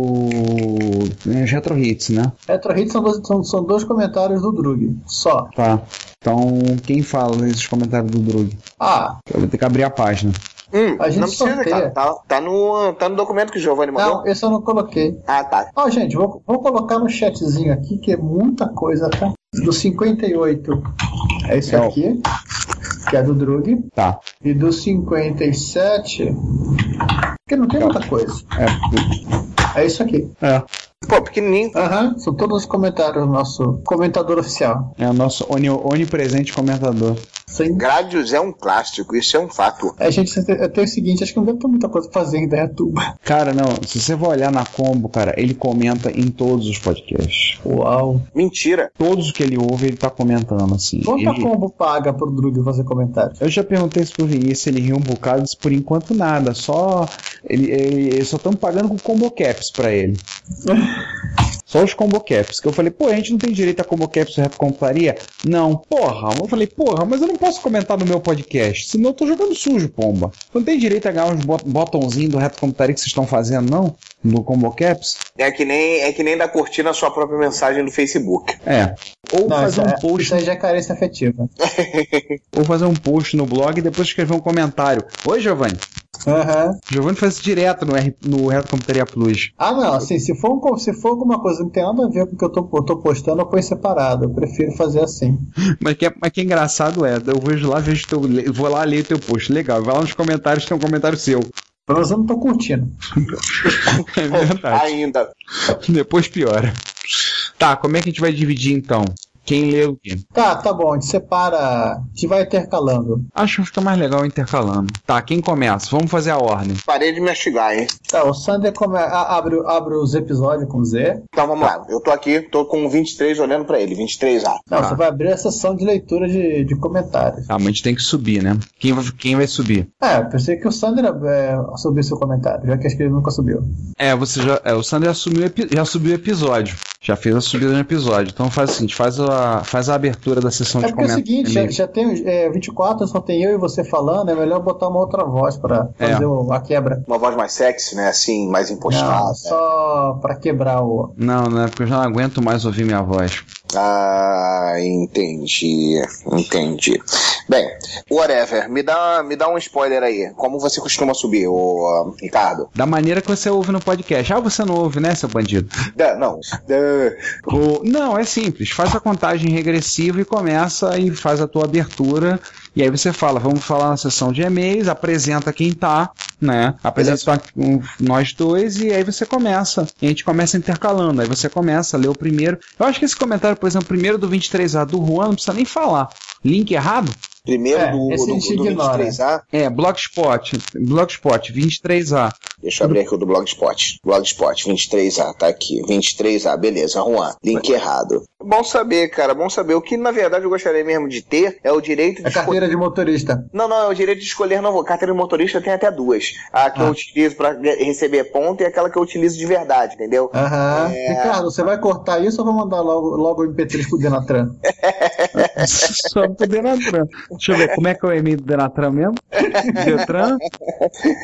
Speaker 5: o. os Retro Hits, né?
Speaker 2: Retro Hits são dois, são, são dois comentários do Drug. Só.
Speaker 5: Tá. Então, quem fala nesses comentários do Drug?
Speaker 2: Ah,
Speaker 5: Eu vou ter que abrir a página.
Speaker 11: Hum,
Speaker 2: A gente
Speaker 11: não precisa,
Speaker 2: sorteia.
Speaker 11: cara. Tá, tá no, tá no documento que o Giovanni mandou.
Speaker 2: não, esse eu não coloquei.
Speaker 11: Ah, tá.
Speaker 2: Ó, gente, vou, vou colocar no chatzinho aqui, que é muita coisa, tá? Do 58 é isso
Speaker 5: É o-
Speaker 2: aqui, que é do Drug.
Speaker 5: Tá.
Speaker 2: E do 57, que não tem muita coisa. É isso aqui.
Speaker 5: É.
Speaker 11: Pô, pequenininho.
Speaker 2: Aham, são todos os comentários do nosso comentador oficial.
Speaker 5: É o nosso oni- onipresente comentador.
Speaker 2: Sim.
Speaker 11: Grádios é um clássico, isso é um fato.
Speaker 2: A gente tem o seguinte, acho que não deve ter muita coisa pra fazer em Dayatuba.
Speaker 5: Cara, não, se você for olhar na combo, cara, ele comenta em todos os podcasts.
Speaker 2: Uau.
Speaker 11: Mentira.
Speaker 5: Todos que ele ouve, ele tá comentando, assim.
Speaker 2: Quanto a
Speaker 5: Ele-
Speaker 2: combo paga pro Drug fazer comentário?
Speaker 5: Eu já perguntei isso pro Vinícius, se ele riu um bocado, disse, por enquanto nada, só ele, ele- eles só estão pagando com combo caps pra ele. Só os combo caps. Que eu falei, pô, a gente não tem direito a combo caps do Rap Computaria? Não, porra. Eu falei, porra, mas eu não posso comentar no meu podcast, senão eu tô jogando sujo, pomba. Não tem direito a ganhar uns bot- botãozinhos do Rap Computaria que vocês estão fazendo, não? No combo caps?
Speaker 11: É que nem, é que nem dar curtir na sua própria mensagem do Facebook.
Speaker 5: É. Ou
Speaker 2: Não, isso
Speaker 5: fazer um
Speaker 2: é-
Speaker 5: post
Speaker 2: Isso aí já é carência afetiva.
Speaker 5: ou fazer um post no blog e depois escrever um comentário. Oi, Giovanni.
Speaker 2: Aham.
Speaker 5: Giovanni faz isso direto no, R, no Reto Computaria Plus.
Speaker 2: Ah, não, assim, se for, um co- se for alguma coisa que não tem nada a ver com o que eu tô, eu tô postando, eu ponho separado. Eu prefiro fazer assim.
Speaker 5: Mas que, é- mas que é engraçado é, eu vejo lá, vejo teu, le- vou lá ler teu post. Legal, vai lá nos comentários, tem um comentário seu.
Speaker 2: Pelo menos eu não tô curtindo.
Speaker 5: É verdade.
Speaker 11: Ainda.
Speaker 5: Depois piora. Tá, como é que a gente vai dividir então? Quem lê o quê?
Speaker 2: Tá, tá bom, a gente separa. A gente vai intercalando.
Speaker 5: Acho que fica mais legal intercalando. Tá, quem começa? Vamos fazer a ordem.
Speaker 11: Parei de me mastigar, hein?
Speaker 2: Tá, o Sander come- a- abre, abre os episódios com Z.
Speaker 11: Então vamos lá. Eu tô aqui, tô com 23 olhando pra ele, 23A.
Speaker 2: Não,
Speaker 5: Tá.
Speaker 2: você vai abrir a sessão de leitura de, de comentários.
Speaker 5: Tá, mas a gente tem que subir, né? Quem vai, quem vai subir?
Speaker 2: É, eu pensei que o Sander é, subiu seu comentário, já que acho que ele nunca subiu.
Speaker 5: É, você já. é, o Sandro já, assumiu, o epi- já subiu o episódio. Já fez a subida no episódio. Então faz o seguinte: faz a, faz a abertura da sessão
Speaker 2: É
Speaker 5: de
Speaker 2: porque é o
Speaker 5: comentários.
Speaker 2: seguinte, já, já tem é, 24, só tem eu e você falando, é melhor botar uma outra voz pra
Speaker 5: É.
Speaker 2: fazer o- a quebra.
Speaker 11: Uma voz mais sexy, né? Assim, mais impostada.
Speaker 2: Não, só pra quebrar o.
Speaker 5: Não, não é porque eu já não aguento mais ouvir minha voz.
Speaker 11: Ah, entendi. Entendi. Bem, whatever. Me dá, me dá um spoiler aí. Como você costuma subir, ô, ah, Ricardo?
Speaker 5: Da maneira que você ouve no podcast. Ah, você não ouve, né, seu bandido?
Speaker 11: Dá- não. Dá-
Speaker 5: O- não, é simples. Faz a contagem regressiva e começa e faz a tua abertura. E aí você fala, vamos falar na sessão de e-mails, apresenta quem tá, né? Apresenta só um- nós dois e aí você começa. E a gente começa intercalando. Aí você começa, lê o primeiro. Eu acho que esse comentário, por exemplo, primeiro do 23A do Juan, não precisa nem falar. Link errado?
Speaker 11: Primeiro
Speaker 2: É,
Speaker 11: do,
Speaker 2: esse
Speaker 11: do,
Speaker 2: a gente
Speaker 11: do
Speaker 2: ignora.
Speaker 11: 23A.
Speaker 5: É, Blogspot. Blogspot, 23A.
Speaker 11: Deixa eu abrir aqui o do Blogspot. Blogspot, 23A, tá aqui. 23A, beleza, Juan. Link errado. Bom saber, cara, bom saber. O que na verdade eu gostaria mesmo de ter é o direito de
Speaker 2: A carteira de motorista.
Speaker 11: Não, não, é o direito de escolher não vou. Carteira de motorista tem até duas. A
Speaker 2: Ah.
Speaker 11: que eu utilizo pra re- receber ponto e aquela que eu utilizo de verdade, entendeu?
Speaker 2: Aham.
Speaker 11: É.
Speaker 2: Ricardo, você vai cortar isso ou vai mandar logo, logo o MP3 pro Denatran?
Speaker 5: Só pro Denatran. Deixa eu ver, como é que é o e-mail do Denatran mesmo? Detran?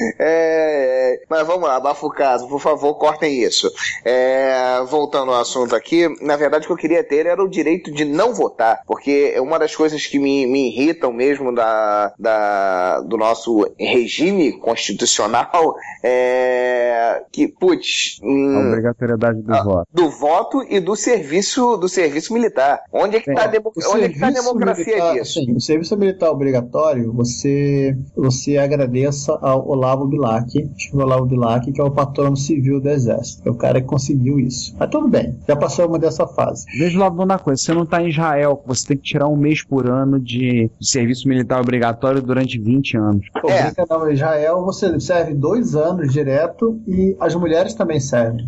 Speaker 11: É, é, mas vamos lá, abafa o caso, por favor, cortem isso. É, voltando ao assunto aqui, na verdade o que eu queria ter era o direito de não votar, porque é uma das coisas que me, me irritam mesmo da, da- do nosso regime constitucional é que, putz,
Speaker 5: A
Speaker 11: hum,
Speaker 5: obrigatoriedade do voto.
Speaker 11: do voto e do serviço do serviço militar. Onde é que está a, demo-
Speaker 2: O
Speaker 11: onde é que tá a
Speaker 2: serviço
Speaker 11: democracia
Speaker 2: militar-
Speaker 11: disso?
Speaker 2: Sim, o serviço militar obrigatório, você, você agradeça ao Olavo Bilac, acho que o Olavo Bilac, que é o patrono civil do Exército. É o cara que conseguiu isso. Mas tudo bem, já passamos dessa fase.
Speaker 5: Veja lá bom da coisa, você não está em Israel, você tem que tirar um mês por ano de serviço militar obrigatório durante 20 anos.
Speaker 2: Pô,
Speaker 11: É.
Speaker 2: brinca não, um Israel você serve dois anos direto e as mulheres também servem.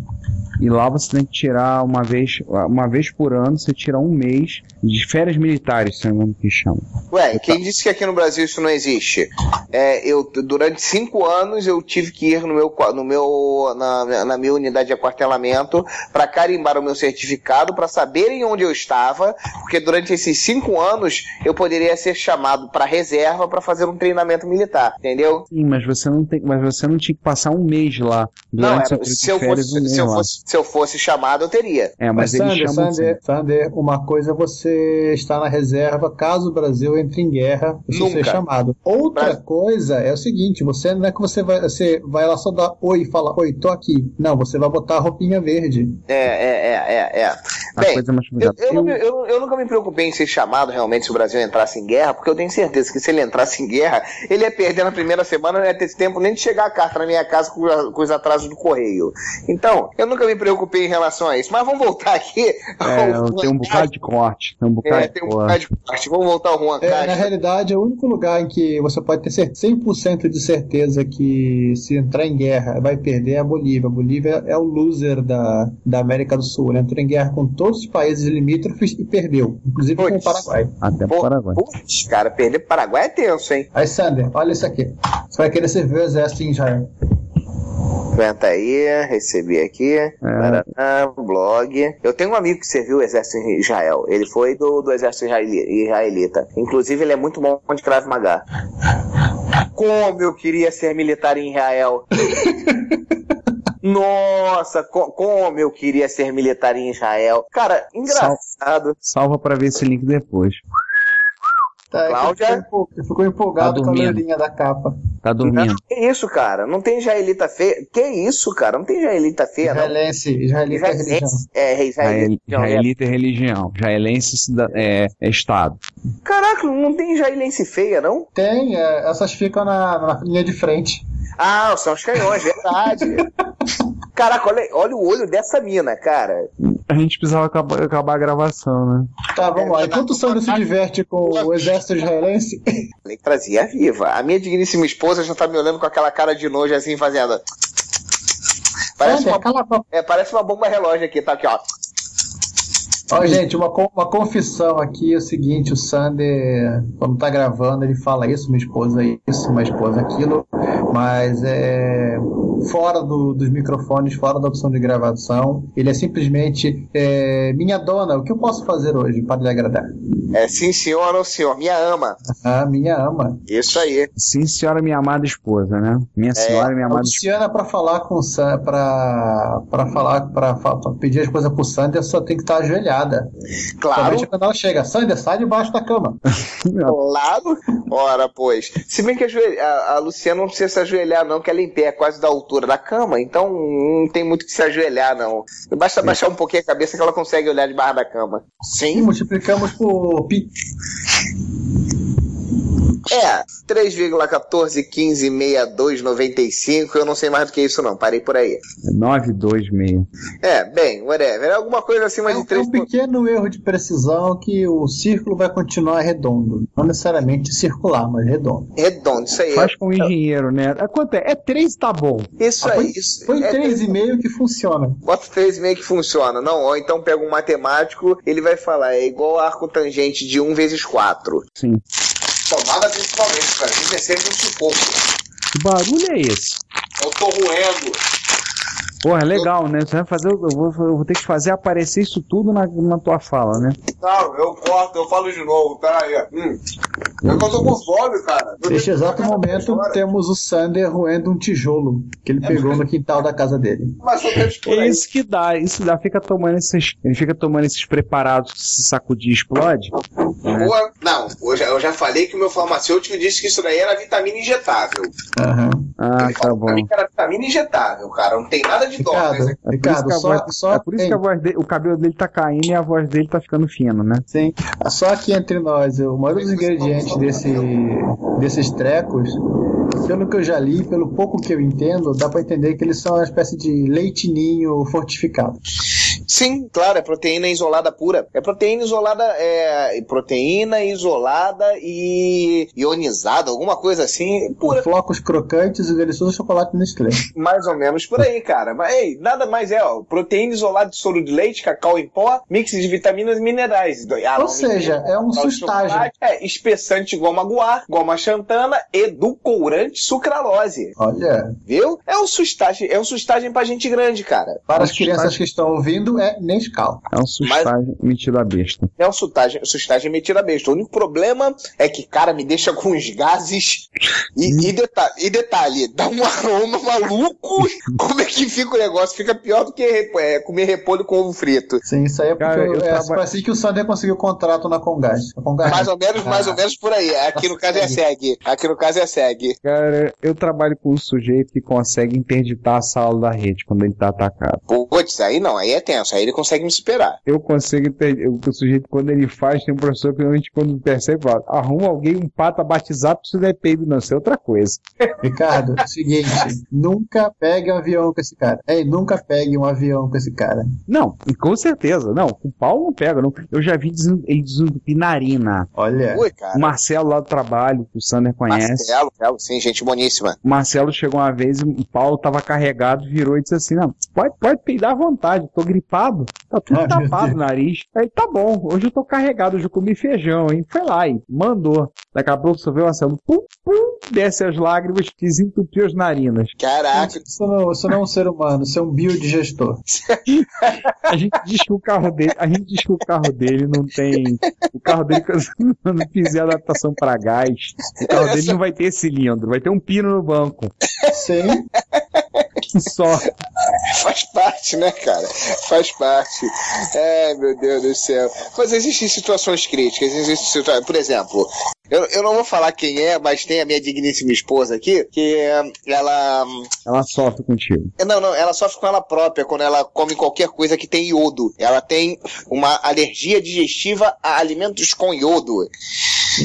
Speaker 5: E lá você tem que tirar uma vez, uma vez por ano, você tira um mês
Speaker 16: De férias militares, se não me engano que chama. Então.
Speaker 11: Ué, quem disse que aqui no Brasil isso não existe? É, eu durante cinco anos eu tive que ir no meu qua- no meu na, na minha unidade de aquartelamento para carimbar o meu certificado para saberem onde eu estava, porque durante esses cinco anos eu poderia ser chamado para reserva para fazer um treinamento militar, entendeu?
Speaker 16: Sim, mas você não tem, mas você não tinha que passar um mês lá durante
Speaker 11: não,
Speaker 16: seu
Speaker 11: era,
Speaker 16: período de férias, um
Speaker 11: se eu fosse
Speaker 16: mês
Speaker 11: se eu
Speaker 16: lá.
Speaker 11: fosse se eu fosse chamado eu teria.
Speaker 16: É, mas ele
Speaker 2: Sander,
Speaker 5: assim,
Speaker 16: chama
Speaker 2: Sander, Sander, uma coisa é você estar na reserva caso o Brasil entre em guerra, você
Speaker 11: Nunca.
Speaker 2: ser chamado. Outra coisa é o seguinte, você não é que você vai, você vai lá só dar oi e falar, oi, tô aqui. Não, você vai botar a roupinha verde.
Speaker 11: É, é, é, é, é.
Speaker 2: A
Speaker 11: Bem,
Speaker 2: coisa mais
Speaker 11: eu,
Speaker 2: complicada.
Speaker 11: eu não me- eu- eu nunca me preocupei em ser chamado realmente se o Brasil entrasse em guerra, porque eu tenho certeza que se ele entrasse em guerra, ele ia perder na primeira semana, não ia ter tempo nem de chegar a carta na minha casa com, a- com os atrasos do correio. Então, eu nunca me preocupei em relação a isso. Mas vamos voltar aqui.
Speaker 16: É, tem um bocado de corte. Tem um
Speaker 11: É,
Speaker 16: bocado de
Speaker 11: tem um bocado
Speaker 16: corte.
Speaker 11: de corte. Vamos voltar ao Juan
Speaker 2: É, na
Speaker 11: Castro.
Speaker 2: realidade, é o único lugar em que você pode ter cer- 100% de certeza que se entrar em guerra vai perder é a Bolívia. A Bolívia é o loser da, da América do Sul. Ela entrou em guerra com todos os países limítrofes e perdeu, inclusive com o Paraguai.
Speaker 16: Até
Speaker 11: o Paraguai. Putz, cara, perder pro Paraguai é tenso, hein?
Speaker 2: Aí, Sander, olha isso aqui. Você vai querer servir o exército em Israel.
Speaker 11: Aguenta aí, recebi aqui.
Speaker 16: É,
Speaker 11: Paraná, blog. Eu tenho um amigo que serviu o exército em Israel. Ele foi do, do exército israeli- israelita. Inclusive, ele é muito bom de Krav Maga. Como eu queria ser militar em Israel. Nossa, co- como eu queria ser militar em Israel. Cara, engraçado.
Speaker 16: Salva pra ver esse link depois.
Speaker 2: Tá,
Speaker 11: Cláudia?
Speaker 2: ele Ficou, empol- ele ficou
Speaker 16: Tá
Speaker 2: empolgado com a
Speaker 16: dormindo.
Speaker 2: loirinha da capa.
Speaker 16: Tá dormindo.
Speaker 11: Que isso, cara? Não tem israelita feia. Que isso, cara? Não tem israelita feia, não.
Speaker 2: Israelense, israelita é religião.
Speaker 11: É, israelita. é religião, é.
Speaker 16: Israelita é religião. Israelense cida- é, é Estado.
Speaker 11: Caraca, não tem israelense feia, não?
Speaker 2: Tem, é, essas ficam na, na linha de frente.
Speaker 11: Ah, são os canhões, verdade. Caraca, olha, olha o olho dessa mina, cara.
Speaker 16: A gente precisava acabar, acabar a gravação, né?
Speaker 2: Tá, vamos lá. Enquanto o Sandro se diverte com o exército israelense,
Speaker 11: Falei que trazia viva. A minha digníssima esposa já tá me olhando com aquela cara de nojo assim, fazendo. Parece,
Speaker 2: Sander,
Speaker 11: uma, é, parece uma bomba relógio aqui, tá aqui, ó.
Speaker 2: Ó, gente, uma, co- uma confissão aqui é o seguinte, o Sander, quando tá gravando, ele fala isso, minha esposa isso, minha esposa aquilo, mas é fora do- dos microfones, fora da opção de gravação, ele é simplesmente é, minha dona, o que eu posso fazer hoje para lhe agradar?
Speaker 11: É sim, senhor ou senhor, minha ama.
Speaker 2: Ah, minha ama.
Speaker 11: Isso aí.
Speaker 16: Sim, senhora, minha amada esposa, né? Minha senhora,
Speaker 5: É
Speaker 16: minha
Speaker 2: A
Speaker 16: amada
Speaker 2: Luciana, para falar com o San, pra, pra falar, pra, fa- pra pedir as coisas pro Sander, só tem que estar ajoelhada.
Speaker 11: Claro.
Speaker 2: Somente quando ela chega, Sander, sai debaixo da cama.
Speaker 11: Claro. Ora, pois. Se bem que a, joel- a- a Luciana não precisa se ajoelhar, não, que ela é em pé, é quase da altura da cama, então não tem muito que se ajoelhar, não. Basta baixar um pouquinho a cabeça que ela consegue olhar de barra da cama. Sim.
Speaker 2: E multiplicamos por pi.
Speaker 11: É, 3,14156295, eu não sei mais do que isso, não. Parei por aí.
Speaker 16: esposa. 926.
Speaker 11: É, bem, whatever. É alguma coisa acima de
Speaker 2: É
Speaker 11: 3.
Speaker 2: um pequeno erro de precisão que o círculo vai continuar redondo. Não necessariamente circular, mas redondo.
Speaker 11: Redondo, isso aí. é
Speaker 16: Faz com o engenheiro, né? É Quanto é? É 3, tá bom.
Speaker 11: Isso
Speaker 2: Ah,
Speaker 11: aí.
Speaker 2: foi-
Speaker 11: Isso.
Speaker 2: Foi
Speaker 11: é
Speaker 2: 3,5 que funciona.
Speaker 11: Bota três meio que funciona, não? Ou então pega um matemático, ele vai falar, é igual arco tangente de 1 vezes 4.
Speaker 16: Sim.
Speaker 11: Tomada principalmente, cara. Isso é sempre um sufoco.
Speaker 16: Que barulho é esse?
Speaker 11: Eu tô roendo.
Speaker 16: Porra, legal, né? Você vai fazer, eu vou, eu vou ter que fazer aparecer isso tudo na, na tua fala, né?
Speaker 11: Não, eu corto, eu falo de novo, peraí. Hum. Eu tô com fome, cara.
Speaker 2: Neste exato momento, temos o Sander roendo um tijolo que ele
Speaker 11: É,
Speaker 2: pegou no quintal da casa dele.
Speaker 16: É isso que dá, isso dá. Fica tomando esses, ele fica tomando esses preparados que se sacudir e explode. né?
Speaker 11: Boa. Não, eu já, eu já falei que o meu farmacêutico disse que isso daí era vitamina injetável.
Speaker 16: Ah, tá bom.
Speaker 11: Pra mim que era vitamina injetável, cara. Não tem nada de dó. né?
Speaker 16: É por isso que, a voz, é por isso que a voz dele- o cabelo dele tá caindo e a voz dele tá ficando fino, né?
Speaker 2: Sim. Só aqui entre nós, o maior dos ingredientes desse, desses trecos Pelo que eu já li, pelo pouco que eu entendo, dá pra entender que eles são uma espécie de leitinho fortificado.
Speaker 11: Sim, claro, é proteína isolada pura. É proteína isolada, é proteína isolada e ionizada, alguma coisa assim, pura.
Speaker 2: Flocos crocantes e delicioso chocolate no Nestlé.
Speaker 11: Mais ou menos por aí, cara. Mas ei, nada mais é, ó, proteína isolada de soro de leite, cacau em pó, mix de vitaminas e minerais. Do- aroma
Speaker 2: Ou seja,
Speaker 11: mineral,
Speaker 2: é um
Speaker 11: cacau de
Speaker 2: sustagem.
Speaker 11: chocolate, É, espessante goma guar, goma xantana, edulcorante sucralose.
Speaker 2: Olha.
Speaker 11: Viu? É um sustagem, é um sustagem pra gente grande, cara.
Speaker 2: Para as crianças que estão ouvindo, é Nescau.
Speaker 5: É um sustagem metida besta.
Speaker 11: É um sustagem, sustagem metida besta. O único problema é que, cara, me deixa com uns gases. E, e deta- e detalhe, dá um aroma maluco. Como é que fica o negócio? Fica pior do que repo- é, comer repolho com ovo frito.
Speaker 2: Sim, isso aí é porque
Speaker 11: Cara,
Speaker 2: eu,
Speaker 11: eu
Speaker 2: é
Speaker 11: traba-
Speaker 2: assim que o Sander conseguiu contrato na Ah, Congás. A Congás
Speaker 11: Mais ou menos, mais ou menos por aí. Aqui no caso é SEG. Aqui no caso é SEG.
Speaker 5: Cara, eu trabalho com um sujeito que consegue interditar a sala da rede quando ele tá atacado.
Speaker 11: Putz, aí não, aí é tenso. Aí ele consegue me superar.
Speaker 5: Eu consigo entender. O sujeito, quando ele faz, tem um professor que normalmente quando percebe, fala, arruma alguém, um pata batizado, pra isso não é peido, não. Isso é outra coisa.
Speaker 2: Ricardo, seguinte, nunca pegue um avião com esse cara. Ei, nunca pegue um avião com esse cara.
Speaker 5: Não, e com certeza. Não, com pau não pega. Não. Eu já vi desen- ele desentupir narina.
Speaker 2: Olha.
Speaker 11: Ui, cara.
Speaker 5: O Marcelo lá do trabalho, que o Sander conhece.
Speaker 11: Marcelo, Marcelo, sim, gente boníssima.
Speaker 5: O Marcelo chegou uma vez e o Paulo tava carregado, virou e disse assim: Não, pode, pode peidar à vontade, tô gripado, tá tudo
Speaker 2: Ah, meu
Speaker 5: tapado o nariz. Aí tá bom, hoje eu tô carregado, hoje eu comi feijão, hein? Foi lá e mandou. Daqui a pouco só veio o Marcelo, pum, pum, desce as lágrimas, desentupiu as narinas.
Speaker 11: Caraca.
Speaker 2: Você não, você não é um ser humano, você é um biodigestor.
Speaker 5: A gente diz que o carro dele, a gente diz que o carro dele não tem. O carro dele não fizer adaptação pra gás. O carro dele não vai ter cilindro, vai ter um pino no banco.
Speaker 2: Sim.
Speaker 5: Só.
Speaker 11: Faz parte, né, cara? Faz parte. Ai, meu Deus do céu. Mas existem situações críticas, existem situações. Por exemplo, eu, eu não vou falar quem é, mas tem a minha digníssima esposa aqui, que eh, ela. hum,
Speaker 5: Ela sofre contigo.
Speaker 11: Não, não, ela sofre com ela própria quando ela come qualquer coisa que tem iodo. Ela tem uma alergia digestiva a alimentos com iodo.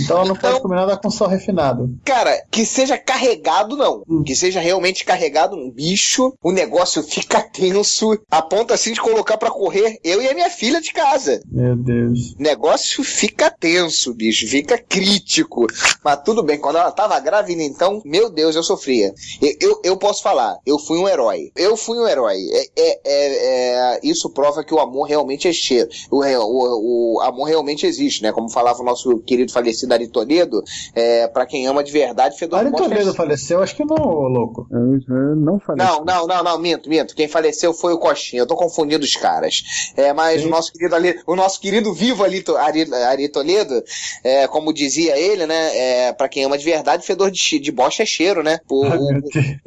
Speaker 2: Então ela não pode comer nada com sal refinado.
Speaker 11: Cara, que seja carregado, não. Que seja realmente carregado, um bicho, o negócio fica tenso, a ponto assim de colocar pra correr eu e a minha filha de casa.
Speaker 2: Meu Deus.
Speaker 11: O negócio fica tenso, bicho, fica crítico. Mas tudo bem, quando ela tava grávida, então, meu Deus, eu sofria. Eu, eu, eu posso falar, eu fui um herói. Eu fui um herói. É, é- é- é- isso prova que o amor realmente é cheiro. O, re- o- o amor realmente existe, né? Como falava o nosso querido falecido Ari Toledo, é, para quem ama de verdade, fedor
Speaker 2: Ari
Speaker 11: de morte é
Speaker 2: Toledo faleceu, acho que não, ô louco.
Speaker 5: Não
Speaker 11: não, não, não, não, minto, minto. Quem faleceu foi o Coxinha. Eu tô confundindo os caras. É, mas o nosso querido ali, o nosso querido vivo ali, To- Ari, Ari Toledo, é, como dizia ele, né? É, para quem ama de verdade, fedor de, chi- de bosta é cheiro, né? O, o,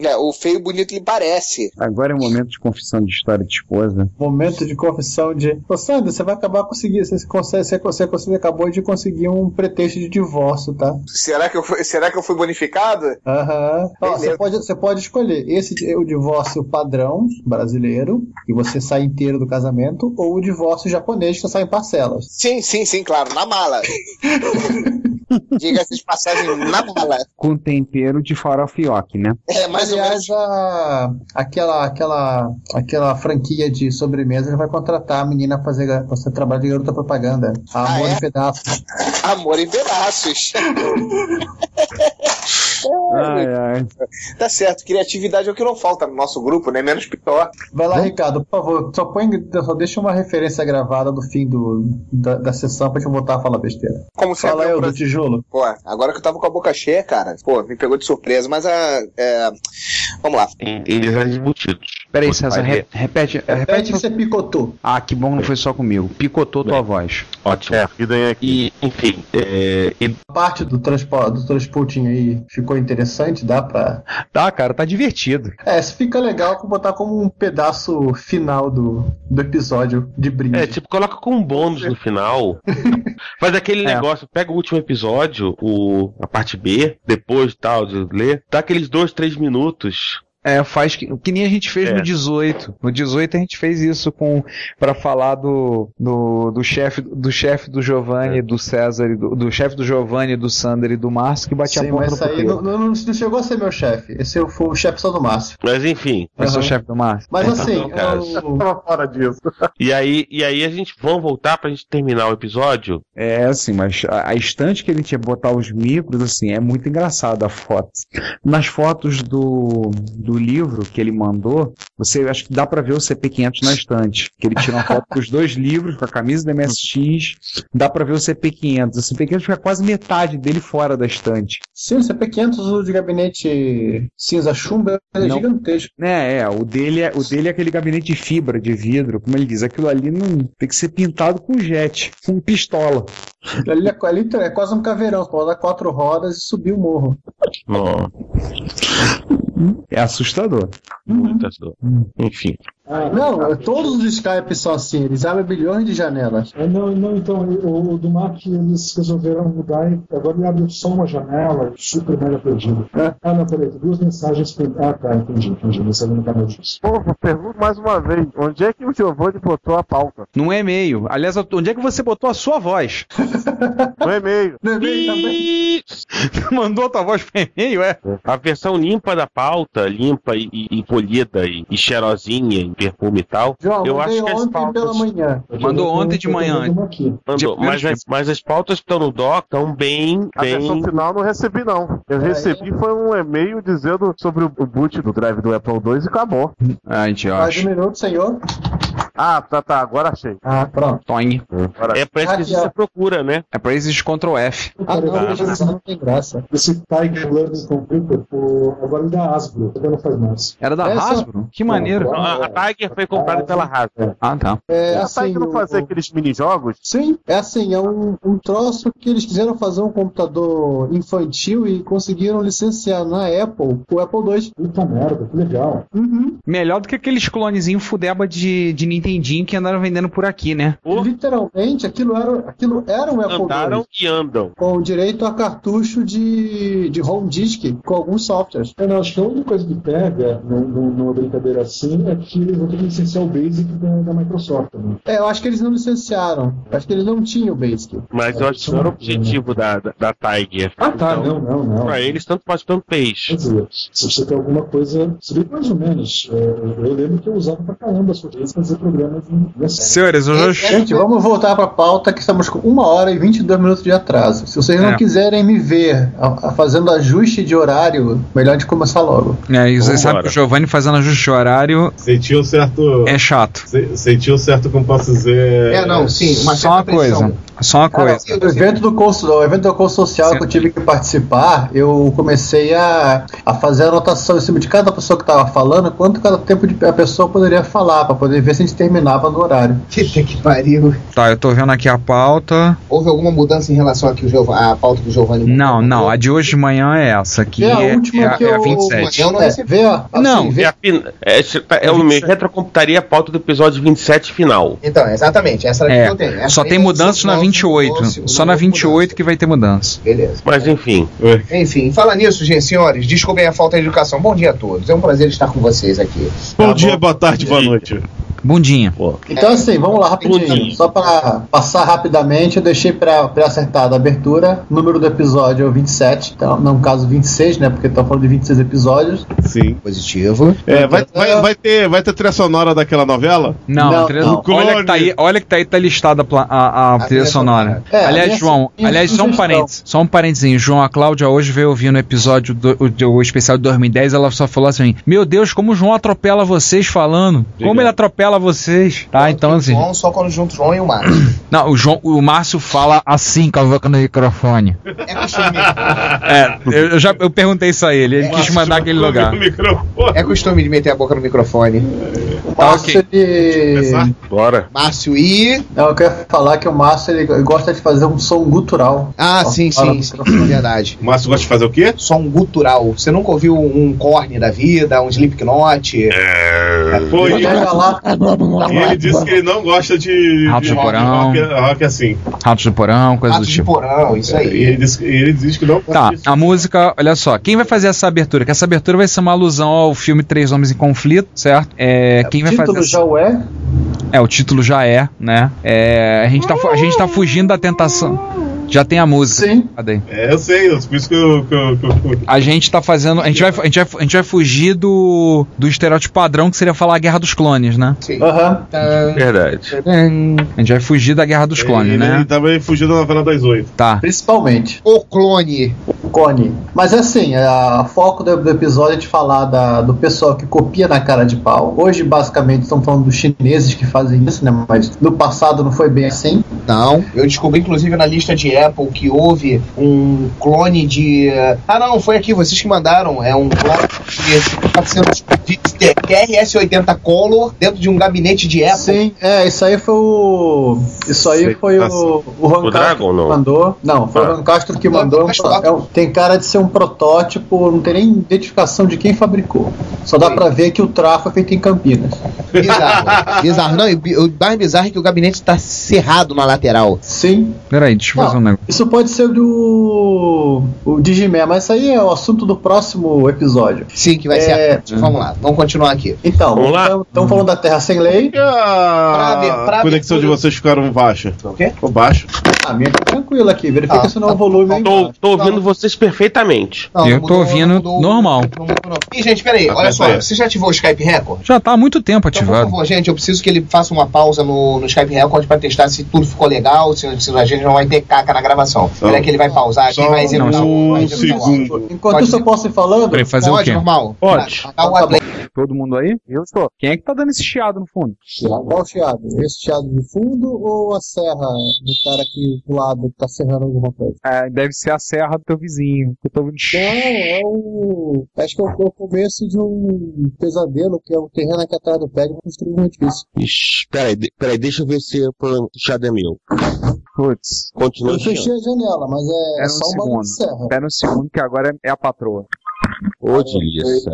Speaker 11: é, o feio e bonito lhe parece.
Speaker 5: Agora é o momento de confissão de história de esposa.
Speaker 2: Momento de confissão de. Ô Sandra, você vai acabar conseguindo. Você, consegue, você, consegue, você acabou de conseguir um pretexto de divórcio, tá?
Speaker 11: Será que eu fui, será que eu fui bonificado?
Speaker 2: Aham. Ó,
Speaker 11: Beleza.
Speaker 2: você, pode, você pode escolher esse é o divórcio padrão brasileiro, que você sai inteiro do casamento, ou o divórcio japonês, que você sai em parcelas.
Speaker 11: Sim, sim, sim, claro, na mala. Diga essas passagens na mala.
Speaker 5: Com tempero de farofioque, né?
Speaker 11: É, mais
Speaker 2: Aliás, a- aquela, aquela, aquela franquia de sobremesa vai contratar a menina pra fazer, gar- fazer trabalho de garota propaganda. A
Speaker 11: Ah, é?
Speaker 2: Amor em Pedaços.
Speaker 11: Amor em pedaços.
Speaker 5: Ai, ai.
Speaker 11: Tá certo, criatividade é o que não falta no nosso grupo, né? Menos pior.
Speaker 2: Vai lá, Ricardo, por favor, só, põe, só deixa uma referência gravada do fim do, da, da sessão pra gente voltar a falar besteira.
Speaker 11: Como sempre,
Speaker 2: Fala
Speaker 11: é um
Speaker 2: eu do
Speaker 11: prazer.
Speaker 2: tijolo.
Speaker 11: Pô, agora que eu tava com a boca cheia, cara, pô, me pegou de surpresa, mas a. é, Vamos lá.
Speaker 10: Ah, Eles eram embutidos.
Speaker 5: Peraí, César, re- repete, É, repete.
Speaker 2: Repete que você picotou.
Speaker 5: Ah, que bom, não foi só comigo. Picotou tua voz.
Speaker 10: Ótimo. E, enfim, é, e-
Speaker 2: A parte do, transpo, do transporting aí ficou interessante, dá pra.
Speaker 5: Tá, cara, tá divertido.
Speaker 2: É, isso fica legal com botar como um pedaço final do, do episódio de brinde.
Speaker 10: É, tipo, coloca com um bônus no final. Faz aquele
Speaker 2: É.
Speaker 10: negócio, pega o último episódio, o, a parte B, depois e tal, de ler, dá aqueles dois, três minutos
Speaker 7: É, faz que, que nem a gente fez
Speaker 5: É.
Speaker 7: no 18. No 18 a gente fez isso com para falar do do, do chefe do chefe do Giovanni, do César, e do, do chefe do Giovanni, do Sander e do Márcio que batia
Speaker 2: Sim,
Speaker 7: a porta
Speaker 2: mas
Speaker 7: no
Speaker 2: isso aí não,
Speaker 7: puteiro.
Speaker 2: não, não chegou a ser meu chefe. Esse eu fui o chefe só do Márcio.
Speaker 10: Mas enfim.
Speaker 7: Eu sou
Speaker 10: Aham.
Speaker 7: chefe do Márcio.
Speaker 2: Mas assim,
Speaker 10: Não, cara.
Speaker 2: eu tava fora disso.
Speaker 10: E aí, e aí a gente vamos voltar pra gente terminar o episódio?
Speaker 5: É, assim, mas a, a estante que ele tinha botar os micros, assim, é muito engraçada a foto. Nas fotos do, do livro que ele mandou, você acho que dá pra ver o CP500 na estante. Que ele tira uma foto com os dois livros, com a camisa da MSX, dá pra ver o CP500. O CP500 fica quase metade dele fora da estante.
Speaker 2: Sim, é o CP500, o de gabinete cinza chumbo, ele é
Speaker 5: Não.
Speaker 2: gigantesco.
Speaker 5: É, é, o dele é, o dele é aquele gabinete de fibra, de vidro, como ele diz, aquilo ali não tem que ser pintado com jet, com pistola.
Speaker 2: Ali é, ali é quase um caveirão, você pode dar quatro rodas e subir o morro.
Speaker 5: É assustador.
Speaker 10: Muito assustador. Enfim.
Speaker 12: Ah, tá
Speaker 2: não, todos os Skype são assim, eles abrem bilhões de janelas.
Speaker 12: É, não, não, então, o, o do Mac eles resolveram mudar e agora ele abre só uma janela, super mega perdido. Ah, não, peraí, tem duas mensagens. per- Ah, tá, entendi, entendi, mensagem no canal disso.
Speaker 15: Povo, pergunto mais uma vez: onde é que o Giovanni botou a pauta?
Speaker 7: Não é e-mail. Aliás, onde é que você botou a sua voz?
Speaker 15: No e-mail.
Speaker 2: No e-mail
Speaker 10: também.
Speaker 7: Mandou a tua voz pra e-mail, é?
Speaker 10: A versão limpa da pauta, limpa e, e- e polida e, e cheirosinha, em perfume e tal.
Speaker 2: João,
Speaker 10: eu acho
Speaker 2: mandei
Speaker 10: que as
Speaker 2: ontem
Speaker 10: pautas.
Speaker 2: pela manhã. Tipo,
Speaker 7: Mandou ontem de manhã.
Speaker 10: Mandou, mas, as, mas as pautas que estão no doc estão bem.
Speaker 15: A versão
Speaker 10: bem...
Speaker 15: final não recebi, não. Eu recebi foi um e-mail dizendo sobre o boot do drive do Apple II e acabou.
Speaker 7: Ah,
Speaker 2: Mais um minuto, senhor.
Speaker 15: Ah, tá, tá, agora achei.
Speaker 2: Ah, pronto.
Speaker 7: Tony.
Speaker 10: É pra isso que
Speaker 2: Aqui, ó.
Speaker 10: você procura, né?
Speaker 7: É pra isso de Ctrl F.
Speaker 12: Ah, não,
Speaker 7: Ah,
Speaker 12: mas-
Speaker 2: não tem graça.
Speaker 12: Esse Tiger Learning Computer, o... agora ele é da Hasbro, agora não faz mais.
Speaker 7: Era da
Speaker 12: Essa-
Speaker 7: Hasbro? Que maneiro.
Speaker 15: Então,
Speaker 12: Não,
Speaker 10: A, a Tiger foi comprada pela Hasbro.
Speaker 7: Ah, tá.
Speaker 2: É,
Speaker 15: A
Speaker 12: assim,
Speaker 15: Saig não fazia aqueles minijogos?
Speaker 2: Sim, é assim, é um, um troço que eles quiseram fazer um computador infantil e conseguiram licenciar na Apple o Apple Uhum. II.
Speaker 12: Puta merda, que legal.
Speaker 7: Melhor do que aqueles clonezinhos fudeba de, de Nintendinho que andaram vendendo por aqui, né?
Speaker 2: Literalmente, aquilo era, aquilo era um Apple
Speaker 10: Andaram
Speaker 2: II.
Speaker 10: e andam.
Speaker 2: Com direito a cartucho de, de home disk com alguns softwares. É,
Speaker 12: Eu não, acho que a única coisa que pega num- num- numa brincadeira assim é que eles vão ter que licenciar o Basic da, da Microsoft. Né?
Speaker 2: É, eu acho que eles não licenciaram. Acho que eles não tinham o Basic.
Speaker 10: Mas eu acho que isso não era o objetivo da, da, da Tiger. Então,
Speaker 12: Ah, tá, não, não, não.
Speaker 10: Pra eles, tanto faz tanto peixe.
Speaker 12: Quer dizer, se você tem alguma coisa, se bem que mais ou menos. é, eu lembro que eu usava pra caramba as coisas fazer programas em
Speaker 7: Senhores, eu já
Speaker 2: Gente, vamos voltar para a pauta que estamos com uma hora e 22 minutos de atraso. Se vocês não
Speaker 7: É.
Speaker 2: quiserem me ver a- a- fazendo ajuste de horário, melhor de começar logo.
Speaker 7: É, e você
Speaker 2: Vambora.
Speaker 7: sabe que o Giovanni fazendo ajuste de horário.
Speaker 8: Senti um certo.
Speaker 7: É chato.
Speaker 8: Senti um certo, como posso dizer. tá
Speaker 2: É, não, sim, uma
Speaker 7: Só uma coisa. É Só uma
Speaker 2: Cara,
Speaker 7: coisa.
Speaker 2: o evento do curso, o evento do curso social que eu tive que participar, eu comecei a, a fazer a anotação em cima de cada pessoa que estava falando, quanto cada tempo de- a pessoa poderia falar, para poder ver se a gente terminava no horário.
Speaker 11: Puta que pariu.
Speaker 7: Tá, eu tô vendo aqui a pauta.
Speaker 11: Houve alguma mudança em relação à, que o Giova- à pauta do Giovanni?
Speaker 7: Não, não, a de hoje de manhã é essa aqui.
Speaker 11: É a última
Speaker 7: é,
Speaker 11: que
Speaker 7: é a
Speaker 11: eu-
Speaker 7: 27.
Speaker 11: eu não recebi.
Speaker 2: Vê, ó,
Speaker 7: Não.
Speaker 10: É, a fin- é, é o meu retrocomputaria a pauta do episódio 27 final.
Speaker 11: Então, exatamente, essa era a que eu tenho.
Speaker 7: É,
Speaker 11: Essa
Speaker 7: só
Speaker 11: aí
Speaker 7: tem
Speaker 11: não-
Speaker 7: mudança na 28. Só na 28 que vai ter mudança.
Speaker 11: Beleza.
Speaker 10: Mas
Speaker 12: É.
Speaker 10: enfim.
Speaker 11: Enfim, fala nisso, gente, senhores. Desculpem a falta de educação. Bom dia a todos. É um prazer estar com vocês aqui.
Speaker 17: Bom dia, boa tarde, boa noite.
Speaker 7: Bundinha.
Speaker 2: Então assim, vamos lá rapidinho. Só para passar rapidamente, eu deixei para acertada a abertura. O número do episódio é o 27, então, no caso 26, né? Porque estão falando de 26 episódios.
Speaker 8: Sim.
Speaker 11: Positivo.
Speaker 8: É, vai, vai, vai ter, vai ter trilha sonora daquela novela?
Speaker 7: Não, a trilha- olha que tá aí, olha que tá aí, tá listada a, pla- a- a trilha sonora.
Speaker 8: É,
Speaker 7: aliás,
Speaker 8: aliás,
Speaker 7: João,
Speaker 8: tem
Speaker 7: aliás, só um
Speaker 8: sugestão.
Speaker 7: parênteses, só um parênteses, João, a Cláudia hoje veio ouvir no episódio do, o, do especial de 2010, ela só falou assim, meu Deus, como o João atropela vocês falando, como ele atropela vocês, tá, então assim,
Speaker 11: João, só quando junto o João e o Márcio.
Speaker 7: não, o João, o Márcio fala assim, com a boca no microfone,
Speaker 11: É costume.
Speaker 7: é, eu, eu já,
Speaker 14: Tá.
Speaker 7: eu perguntei isso a ele, ele quis mandar aquele lugar.
Speaker 11: É costume de meter a boca no microfone.
Speaker 2: Márcio, ele...
Speaker 8: Bora.
Speaker 2: Márcio e... Não, É, eu quero falar que o Márcio ele gosta de fazer um som gutural.
Speaker 11: Ah, sim,
Speaker 2: fala
Speaker 11: sim,
Speaker 2: no
Speaker 11: sim, verdade.
Speaker 8: O Márcio gosta de fazer o quê?
Speaker 11: Som gutural. Você nunca ouviu um corne da vida, um Slipknot?
Speaker 8: É.
Speaker 11: Foi.
Speaker 8: Foi. E ele disse que ele não gosta de,
Speaker 7: Ratos
Speaker 8: de
Speaker 7: do
Speaker 8: rock,
Speaker 7: Porão.
Speaker 8: rock, rock assim.
Speaker 7: Ratos do Porão, coisa do tipo.
Speaker 8: É, e Ele diz, ele diz que não
Speaker 7: Tá, a música, olha só, quem vai fazer essa abertura? Que essa abertura vai ser uma alusão ao filme Três Homens em Conflito, certo? É, quem vai
Speaker 2: título
Speaker 7: fazer
Speaker 2: já o é?
Speaker 7: É, o título já é, né? É, a, gente tá, fu- a gente tá fugindo da tentação. Já tem a música. Sim.
Speaker 8: É, eu sei, eu- por isso que eu. Que eu, que eu-
Speaker 7: A gente tá fazendo. A gente vai, a gente vai, a gente vai fugir do, do estereótipo padrão que seria falar a Guerra dos Clones, né?
Speaker 2: Aham.
Speaker 11: tá.
Speaker 7: Verdade. A gente vai fugir da Guerra dos Clones, né?
Speaker 8: Ele também fugiu da novela das oito.
Speaker 7: Tá.
Speaker 2: Principalmente.
Speaker 11: O clone.
Speaker 2: O clone. Mas assim, a, a foco do, do episódio é de falar da- do pessoal que copia na cara de pau. Hoje, basicamente, estão falando dos chineses que fazem isso, né? Mas no passado não foi bem assim.
Speaker 11: Não. Eu descobri, inclusive, na lista de Apple que houve um clone de. eh, Ah, não, foi aqui, vocês que mandaram. É um clone de 400 de TRS-80 Color dentro de um gabinete de Apple.
Speaker 2: Sim, é, isso aí foi o. Isso aí foi o. O, Ron Castro
Speaker 10: O Dragon,
Speaker 2: que
Speaker 10: não?
Speaker 2: mandou. Não, foi
Speaker 10: Ah.
Speaker 2: o Ron Castro que mandou. é um pro- é um- tem cara de ser um protótipo, não tem nem identificação de quem fabricou. Só dá pra ver que o trafo é feito em Campinas.
Speaker 11: Bizarro. bizarro. Não, e bi- o mais bizarro é que o gabinete tá cerrado na lateral.
Speaker 2: Sim.
Speaker 7: Peraí, deixa eu fazer um negócio.
Speaker 2: Isso pode ser do. O Digimé, mas isso aí é o assunto do próximo episódio.
Speaker 11: Sim, que vai ser
Speaker 2: É,
Speaker 11: a- Vamos lá, vamos continuar aqui.
Speaker 2: Então, estão falando da Terra sem lei.
Speaker 8: Ah, a conexão de vocês ficaram baixa.
Speaker 11: O quê?
Speaker 8: Ficou baixo.
Speaker 2: Ah, minha tá tranquila aqui, verifica se não é o volume. hein?
Speaker 18: Tô, tô ouvindo vocês perfeitamente.
Speaker 11: Não,
Speaker 7: Eu tô ouvindo normal.
Speaker 11: Ih, gente, peraí,
Speaker 18: Ah,
Speaker 11: olha
Speaker 18: pera
Speaker 11: só,
Speaker 18: aí.
Speaker 11: você já ativou o Skype Record?
Speaker 7: Já tá há muito tempo
Speaker 11: Então, Por
Speaker 7: ativado.
Speaker 11: favor, gente, eu preciso que ele faça uma pausa no, no Skype Record pra testar se tudo ficou legal, se, se a gente não vai ter caca na gravação. Será que ele vai pausar aqui e vai executar o-
Speaker 10: um
Speaker 11: vai executar o áudio?
Speaker 2: Enquanto
Speaker 11: Pode
Speaker 2: isso, eu posso ir falando?
Speaker 7: Peraí, fazer o
Speaker 11: Pode,
Speaker 7: quê?
Speaker 11: normal.
Speaker 12: Ah, tá.
Speaker 11: Tá,
Speaker 7: Pode.
Speaker 11: Dá o play.
Speaker 7: Todo mundo aí? Eu estou. Quem é que tá dando esse chiado no fundo?
Speaker 2: Qual chiado? Esse chiado de fundo ou a serra do cara aqui do lado que tá serrando alguma coisa?
Speaker 7: É, deve ser a serra do teu vizinho. Eu tô ouvindo
Speaker 2: Não, é o. Acho que é o, é o começo de um pesadelo, que é o terreno aqui atrás do pé e construir um edifício.
Speaker 10: Ixi, peraí, de- peraí, deixa eu ver se o problema do chiado é meu.
Speaker 7: Putz.
Speaker 10: Continua
Speaker 2: Eu fechei
Speaker 10: chiando.
Speaker 2: a janela, mas é,
Speaker 7: Pera um
Speaker 2: só um bagulho
Speaker 7: segundo.
Speaker 2: de serra.
Speaker 7: Pera um segundo, que agora é a patroa.
Speaker 10: Ô, Dilissa.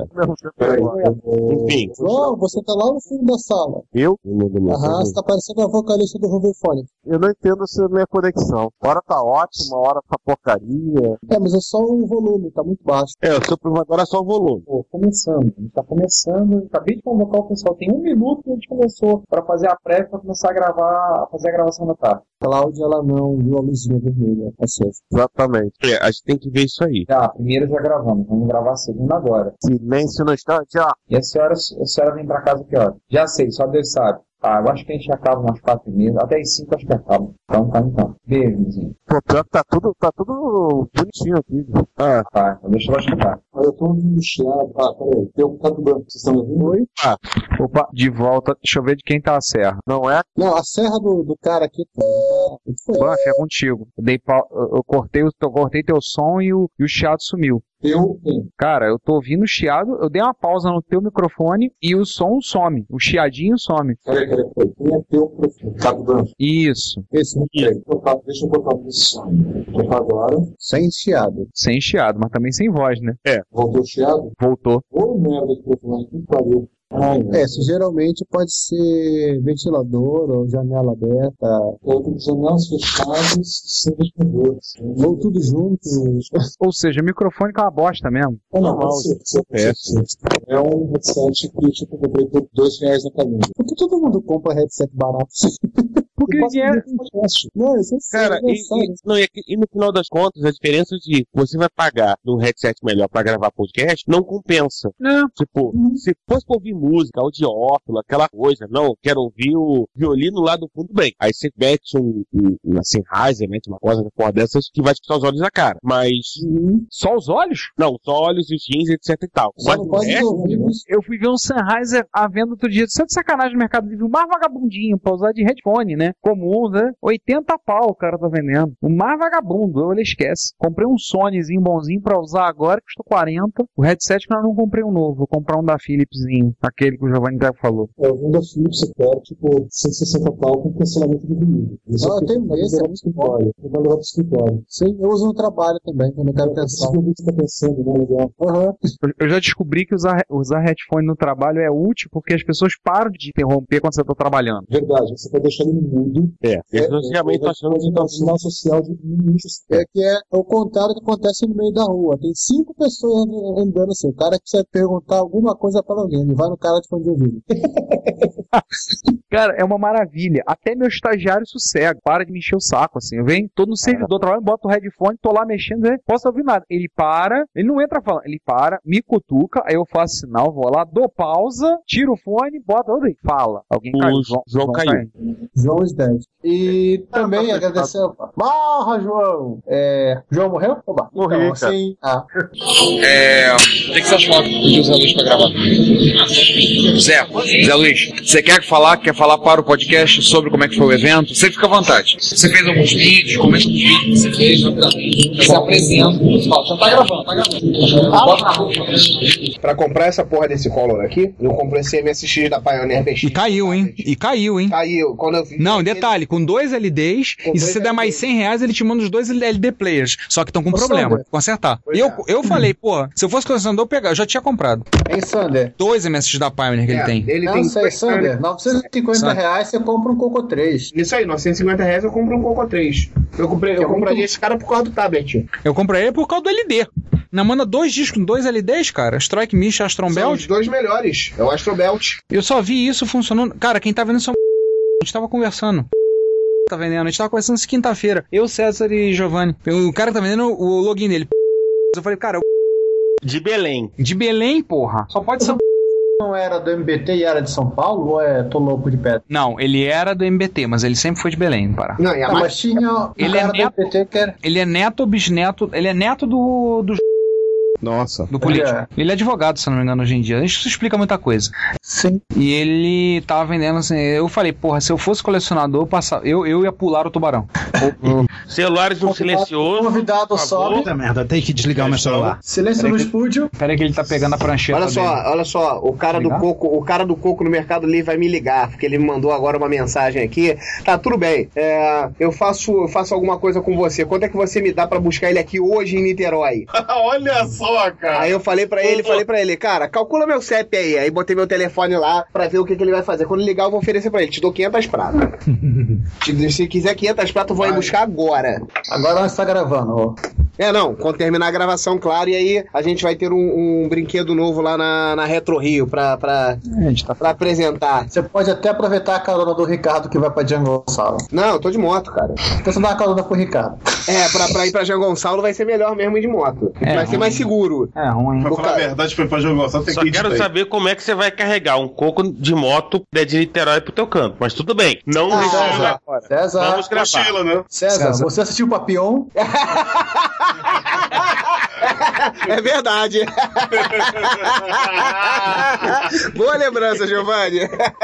Speaker 2: É,
Speaker 10: Enfim.
Speaker 2: João, você tá lá no fundo da sala.
Speaker 19: Eu?
Speaker 2: Aham, você tá parecendo a vocalista do Rubifone.
Speaker 19: Eu não entendo essa minha conexão. Hora tá ótima, hora tá porcaria.
Speaker 2: É, mas é só o volume, tá muito baixo.
Speaker 10: É, o seu problema agora é só o volume.
Speaker 20: Pô, começando, a gente tá começando, acabei de convocar o pessoal, tem um minuto que a gente começou pra fazer a prévia pra começar a gravar, a fazer a gravação da tarde.
Speaker 2: Cláudia, ela não viu a luzinha vermelha, é certo.
Speaker 19: Exatamente.
Speaker 10: É, a gente tem que ver isso aí.
Speaker 2: Tá,
Speaker 20: Já, a primeira já gravamos, vamos gravar a segunda agora.
Speaker 19: Silêncio no instante, ó.
Speaker 20: E a senhora, a senhora vem pra casa que hora? Já sei, só Deus sabe. Tá, eu acho que a gente acaba umas quatro e meia, até as cinco acho que acaba. Então tá, então. Beijo, vizinho.
Speaker 19: Pô, pior que tá tudo, tá tudo bonitinho aqui. viu? Ah,
Speaker 20: tá. Deixa eu escutar.
Speaker 5: Eu tô ouvindo um chiado. Ah, peraí. Tem um caco branco. Vocês estão ouvindo?
Speaker 2: Oi?
Speaker 7: Ah, opa, de volta. Deixa eu ver de quem tá a serra.
Speaker 19: Não é?
Speaker 2: Não, a serra do, do cara aqui.
Speaker 7: Buff, é contigo. Eu, dei pau- eu- eu cortei, o- eu cortei teu som e o, e o chiado sumiu.
Speaker 5: Eu?
Speaker 7: Cara, eu tô ouvindo o chiado, eu dei uma pausa no teu microfone e o som some. O chiadinho some.
Speaker 5: Peraí, peraí, peraí. Quem é teu perfil? Caco branco.
Speaker 7: Isso.
Speaker 2: Esse não
Speaker 5: Deixa eu botar- Deixa eu botar um som. Botar agora.
Speaker 2: Sem chiado.
Speaker 7: Sem chiado, mas também sem voz, né?
Speaker 10: É.
Speaker 5: Voltou chiado?
Speaker 7: Voltou.
Speaker 5: Ô, merda de profilagem. Que pariu. Ai,
Speaker 2: É, isso geralmente pode ser ventilador ou janela aberta.
Speaker 5: Outros janelas fechadas, sem ventiladores.
Speaker 2: Ou tudo junto.
Speaker 7: Ou seja, o microfone que é uma bosta mesmo.
Speaker 5: É normal, isso acontece. É um headset que tipo, eu comprei por dois reais na camisa.
Speaker 2: Por que todo mundo compra headset barato?
Speaker 7: Porque
Speaker 5: dinheiro.
Speaker 2: Não, isso é
Speaker 10: Cara,
Speaker 2: sério,
Speaker 10: e, e- não, e, aqui- e no final das contas, a diferença de você vai pagar num headset melhor pra gravar podcast não compensa.
Speaker 7: Não.
Speaker 10: Tipo, se fosse pra ouvir música, audiófilo, aquela coisa, não, quero ouvir o violino lá do fundo, bem. Aí você mete um, um, um assim, Heiser, mete uma coisa, uma porra dessas que vai te custar os olhos na cara. Mas.
Speaker 7: Só os olhos?
Speaker 10: Não, só olhos, os jeans, etc e tal. Mas o resto-
Speaker 11: né?
Speaker 7: Eu fui ver um Sennheiser à venda outro dia. Isso é de sacanagem no Mercado Livre. O mais vagabundinho pra usar de headphone, né? Comum, né? 80 pau o cara tá vendendo. O mais vagabundo. Eu, ele esquece. Comprei um Sonyzinho bonzinho pra usar agora. Custou 40. O headset que eu não comprei um novo. Vou comprar um da Philipszinho.
Speaker 5: Aquele que o Giovanni até falou.
Speaker 21: É o Vanda Philips, você quer, tipo, 160 tal com cancelamento de ruído. Isso
Speaker 2: Ah,
Speaker 21: aqui
Speaker 2: eu tenho
Speaker 21: vai
Speaker 2: esse,
Speaker 21: levar
Speaker 2: é
Speaker 21: pro escritório. Vai levar pro escritório.
Speaker 2: Sim, eu uso no trabalho também, quando eu quero pensar.
Speaker 21: Você tá pensando, né? Legal.
Speaker 5: Eu- Eu já descobri que usar, usar headphone no trabalho é útil porque as pessoas param de interromper quando você está trabalhando.
Speaker 21: Verdade, você pode deixar ele mudo.
Speaker 5: É,
Speaker 21: que tá um sinal social de nicho.
Speaker 2: É que é o contrário que acontece no meio da rua. Tem cinco pessoas and- andando assim. O cara precisa perguntar alguma coisa para alguém. Ele vai no cara de fone de ouvido.
Speaker 5: Cara, é uma maravilha. Até meu estagiário sossega, para de me encher o saco, assim. Eu venho, tô no servidor, trabalho, boto o headphone, tô lá mexendo, não posso ouvir nada. Ele para, ele não entra falando, ele para, me cutuca, aí eu faço sinal, vou lá, dou pausa, tiro o fone, bota outro e fala. Alguém caiu. João, João caiu.
Speaker 2: João Sdet. E também agradecer. Barra, João! É, João morreu? Oba.
Speaker 8: Morri,
Speaker 2: então,
Speaker 8: cara.
Speaker 2: assim. Ah.
Speaker 22: É. Tem que ser as fotos de José Luiz pra gravar. Zé, Zé Luiz, você quer falar? Quer falar para o podcast sobre como é que foi o evento? Você fica à vontade. Você fez alguns vídeos, comenta os vídeos que você fez, você apresenta. Fala, tá gravando, tá gravando. Bota na rua.
Speaker 11: Pra comprar essa porra desse Collor aqui, eu comprei esse MSX da Pioneer BX.
Speaker 7: E caiu, hein? E caiu, hein?
Speaker 11: Caiu. Quando eu vi.
Speaker 7: Não, detalhe, com dois LDs, e se você der mais 100 reais, ele te manda os dois LD players. Só que estão com
Speaker 2: Ô,
Speaker 7: problema.
Speaker 2: Sander.
Speaker 7: Consertar. Eu,
Speaker 11: é.
Speaker 7: eu falei, pô, se eu fosse colecionador, eu pegava, eu já tinha comprado.
Speaker 2: Hein, Sander?
Speaker 7: Dois MSX da Pioneer que
Speaker 11: É,
Speaker 7: ele tem.
Speaker 2: não sei, Sander, 950
Speaker 7: Sander.
Speaker 2: reais você compra um Coco 3.
Speaker 23: Isso aí, 950 reais eu compro um Coco 3. Eu,
Speaker 20: é
Speaker 7: é
Speaker 23: comprei, eu
Speaker 2: um
Speaker 23: compraria esse cara por causa do tablet.
Speaker 7: Eu comprei ele por causa do LD. Não, manda dois discos com dois LDs, cara. Strike Mish e Astron
Speaker 11: São
Speaker 7: Belt.
Speaker 11: os dois melhores. É o Astrobelt.
Speaker 7: Eu só vi isso funcionando. Cara, quem tá vendo isso é um... A gente tava conversando. Tá vendendo. A gente tava conversando isso quinta-feira. Eu, César e Giovanni. Eu- O cara tá vendendo o login dele. Eu falei, cara.
Speaker 24: De Belém.
Speaker 7: De Belém, porra. Só pode ser.
Speaker 2: Não era do MBT e era de São Paulo? Ou é tô louco de pedra?
Speaker 7: Não, ele era do MBT, mas ele sempre foi de Belém, no Pará.
Speaker 2: Não, e a Tá, mas mais- tinha o
Speaker 7: É, Ele é
Speaker 2: cara do
Speaker 7: neto. Ele é neto ou bisneto. Ele é neto do. do...
Speaker 25: Nossa.
Speaker 7: Do político. Ele é. advogado, se eu não me engano, hoje em dia. Isso explica muita coisa.
Speaker 2: Sim.
Speaker 7: E ele tava vendendo assim. Eu falei, porra, se eu fosse colecionador, eu, passava, eu, eu ia pular o tubarão.
Speaker 24: Celulares no silencioso.
Speaker 2: Convidado sobe.
Speaker 26: Puta merda, tem que desligar o meu celular.
Speaker 2: Silêncio no estúdio.
Speaker 7: Peraí que ele tá pegando a prancheta
Speaker 11: Olha só,
Speaker 7: dele.
Speaker 11: olha só, o cara do
Speaker 7: Ligar?
Speaker 11: coco, o cara do coco no Mercado Livre vai me ligar, porque ele me mandou agora uma mensagem aqui. Tá tudo bem. é, eu faço, eu faço alguma coisa com você. Quanto é que você me dá pra buscar ele aqui hoje em Niterói?
Speaker 8: Olha só, cara.
Speaker 11: Aí eu falei pra ele, falei pra ele, cara, calcula meu CEP aí. Aí botei meu telefone lá pra ver o que, que ele vai fazer. Quando ligar, eu vou oferecer pra ele. Te dou 500 pratas. Te- Se quiser 500 pratas, eu vou aí buscar agora.
Speaker 2: Agora nós tá gravando, ó.
Speaker 11: É, não, quando terminar a gravação, claro, e aí a gente vai ter um, um brinquedo novo lá na, na Retro Rio pra, pra, pra apresentar.
Speaker 2: Você pode até aproveitar a carona do Ricardo que vai pra Django Gonçalo.
Speaker 11: Não, eu tô de moto, cara.
Speaker 2: Então você dá uma carona pro Ricardo.
Speaker 11: É, pra, pra ir pra Jean Gonçalo vai ser melhor mesmo ir de moto.
Speaker 24: É,
Speaker 11: vai ser
Speaker 24: ruim.
Speaker 11: mais seguro.
Speaker 7: É ruim.
Speaker 24: Pra falar a
Speaker 25: verdade, foi pra jogar. Só,
Speaker 24: Só quero saber como é que você vai carregar um coco de moto né, de Niterói pro teu campo. Mas tudo bem. Não
Speaker 2: Ah,
Speaker 24: deixa eu
Speaker 2: César,
Speaker 24: jogar fora.
Speaker 2: César.
Speaker 20: Tá,
Speaker 24: Vamos gravar.
Speaker 2: Mochila, César,
Speaker 24: César.
Speaker 2: você assistiu Papillon?
Speaker 11: É verdade. Boa lembrança, Giovanni.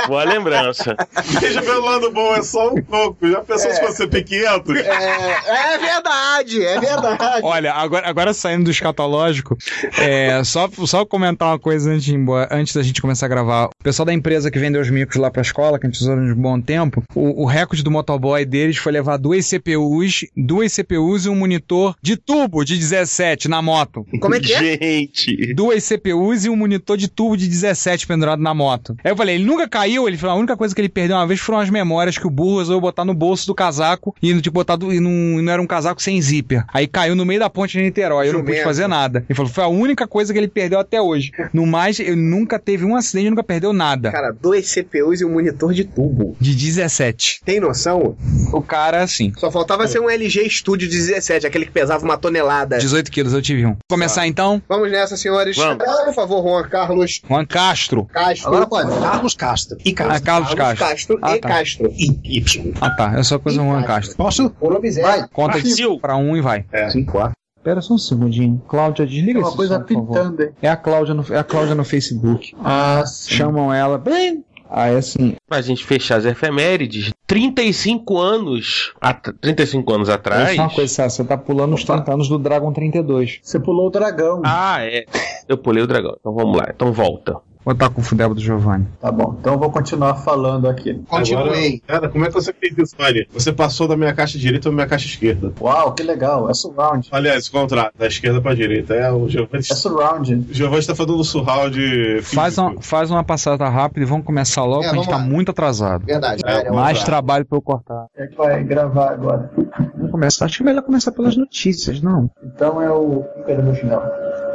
Speaker 24: Boa lembrança.
Speaker 25: Veja pelo lado bom, é só um pouco. Já pensou se fosse 500?
Speaker 11: É, é verdade, é verdade.
Speaker 7: Olha, agora, agora saindo do escatológico, é, só, só comentar uma coisa antes, de ir embora- antes da gente começar a gravar. O pessoal da empresa que vendeu os micros lá pra escola, que a gente usou de um bom tempo, o, o recorde do motoboy deles foi levar duas CPUs, duas CPUs e um monitor de tubo de 17 na moto.
Speaker 11: Como é que é?
Speaker 24: Gente.
Speaker 7: Duas CPUs e um monitor de tubo de 17 pendurado na moto. Aí eu falei, ele nunca caiu, ele falou, a única coisa que ele perdeu uma vez foram as memórias que o burro resolveu botar no bolso do casaco e tipo, botar do- e não, e não era um casaco sem zíper. Aí caiu no meio da ponte de Niterói, eu não pude
Speaker 11: Jumento.
Speaker 7: fazer nada. Ele falou, foi a única coisa que ele perdeu até hoje. No mais, ele nunca teve um acidente, nunca perdeu nada.
Speaker 11: Cara, dois CPUs e um monitor de tubo.
Speaker 7: De 17.
Speaker 11: Tem noção?
Speaker 7: O cara, assim.
Speaker 11: Só faltava ser um LG Studio 17, aquele que pesava uma tonelada.
Speaker 7: 18 quilos, eu tive um. Começar então?
Speaker 11: Vamos nessa, senhores.
Speaker 7: Vamos.
Speaker 11: Agora, por favor, Juan Carlos
Speaker 7: Juan Castro.
Speaker 11: Castro.
Speaker 7: Agora pode.
Speaker 26: Carlos Castro. E
Speaker 7: Ah,
Speaker 26: Castro.
Speaker 7: Carlos Castro. Ah,
Speaker 11: e
Speaker 7: tá.
Speaker 11: Castro. E Y.
Speaker 7: Ah tá, é só coisa um Juan Castro.
Speaker 26: Posso?
Speaker 11: O nome
Speaker 7: Vai, conta de
Speaker 26: Brasil.
Speaker 7: 5 pra um e vai.
Speaker 26: É. Cinco, quatro.
Speaker 5: Pera só um segundinho. Cláudia, desliga
Speaker 2: É
Speaker 7: Tem uma
Speaker 5: esse
Speaker 7: coisa
Speaker 5: som, por favor.
Speaker 7: pitando aí.
Speaker 5: É a Cláudia no, é a Cláudia no Facebook.
Speaker 2: Ah,
Speaker 5: Chamam ela. Bem. Aí assim,
Speaker 24: Pra gente fechar as efemérides, 35 anos, at- 35 anos
Speaker 5: Deixa eu
Speaker 24: atrás.
Speaker 5: falar uma coisa, Sá, você tá pulando os 30 anos do Dragon 32.
Speaker 2: Você pulou o dragão.
Speaker 5: Ah.
Speaker 24: Ah, é. Eu pulei o dragão. Então vamos lá, então volta.
Speaker 27: botar com o Fudebo do Giovanni.
Speaker 2: Tá bom, então eu vou continuar falando aqui.
Speaker 8: Agora, cara, como é que você fez isso, Vani? Você passou da minha caixa direita pra minha caixa esquerda.
Speaker 2: Uau, que legal, é surround.
Speaker 8: Aliás, o contrário, da esquerda pra direita. É, o Giovanni... é
Speaker 2: surround.
Speaker 8: O Giovanni tá fazendo um surround. físico.
Speaker 27: Faz, uma- faz uma passada rápida e vamos começar logo,
Speaker 8: É,
Speaker 27: porque a gente tá
Speaker 8: vamos
Speaker 27: muito atrasado.
Speaker 8: Verdade,
Speaker 11: É,
Speaker 8: cara, vamos
Speaker 27: Mais
Speaker 8: lá.
Speaker 27: trabalho pra eu cortar.
Speaker 2: É que vai gravar agora.
Speaker 27: Vamos começar. Acho que é melhor começar pelas notícias, não?
Speaker 2: Então é o. Cadê meu final?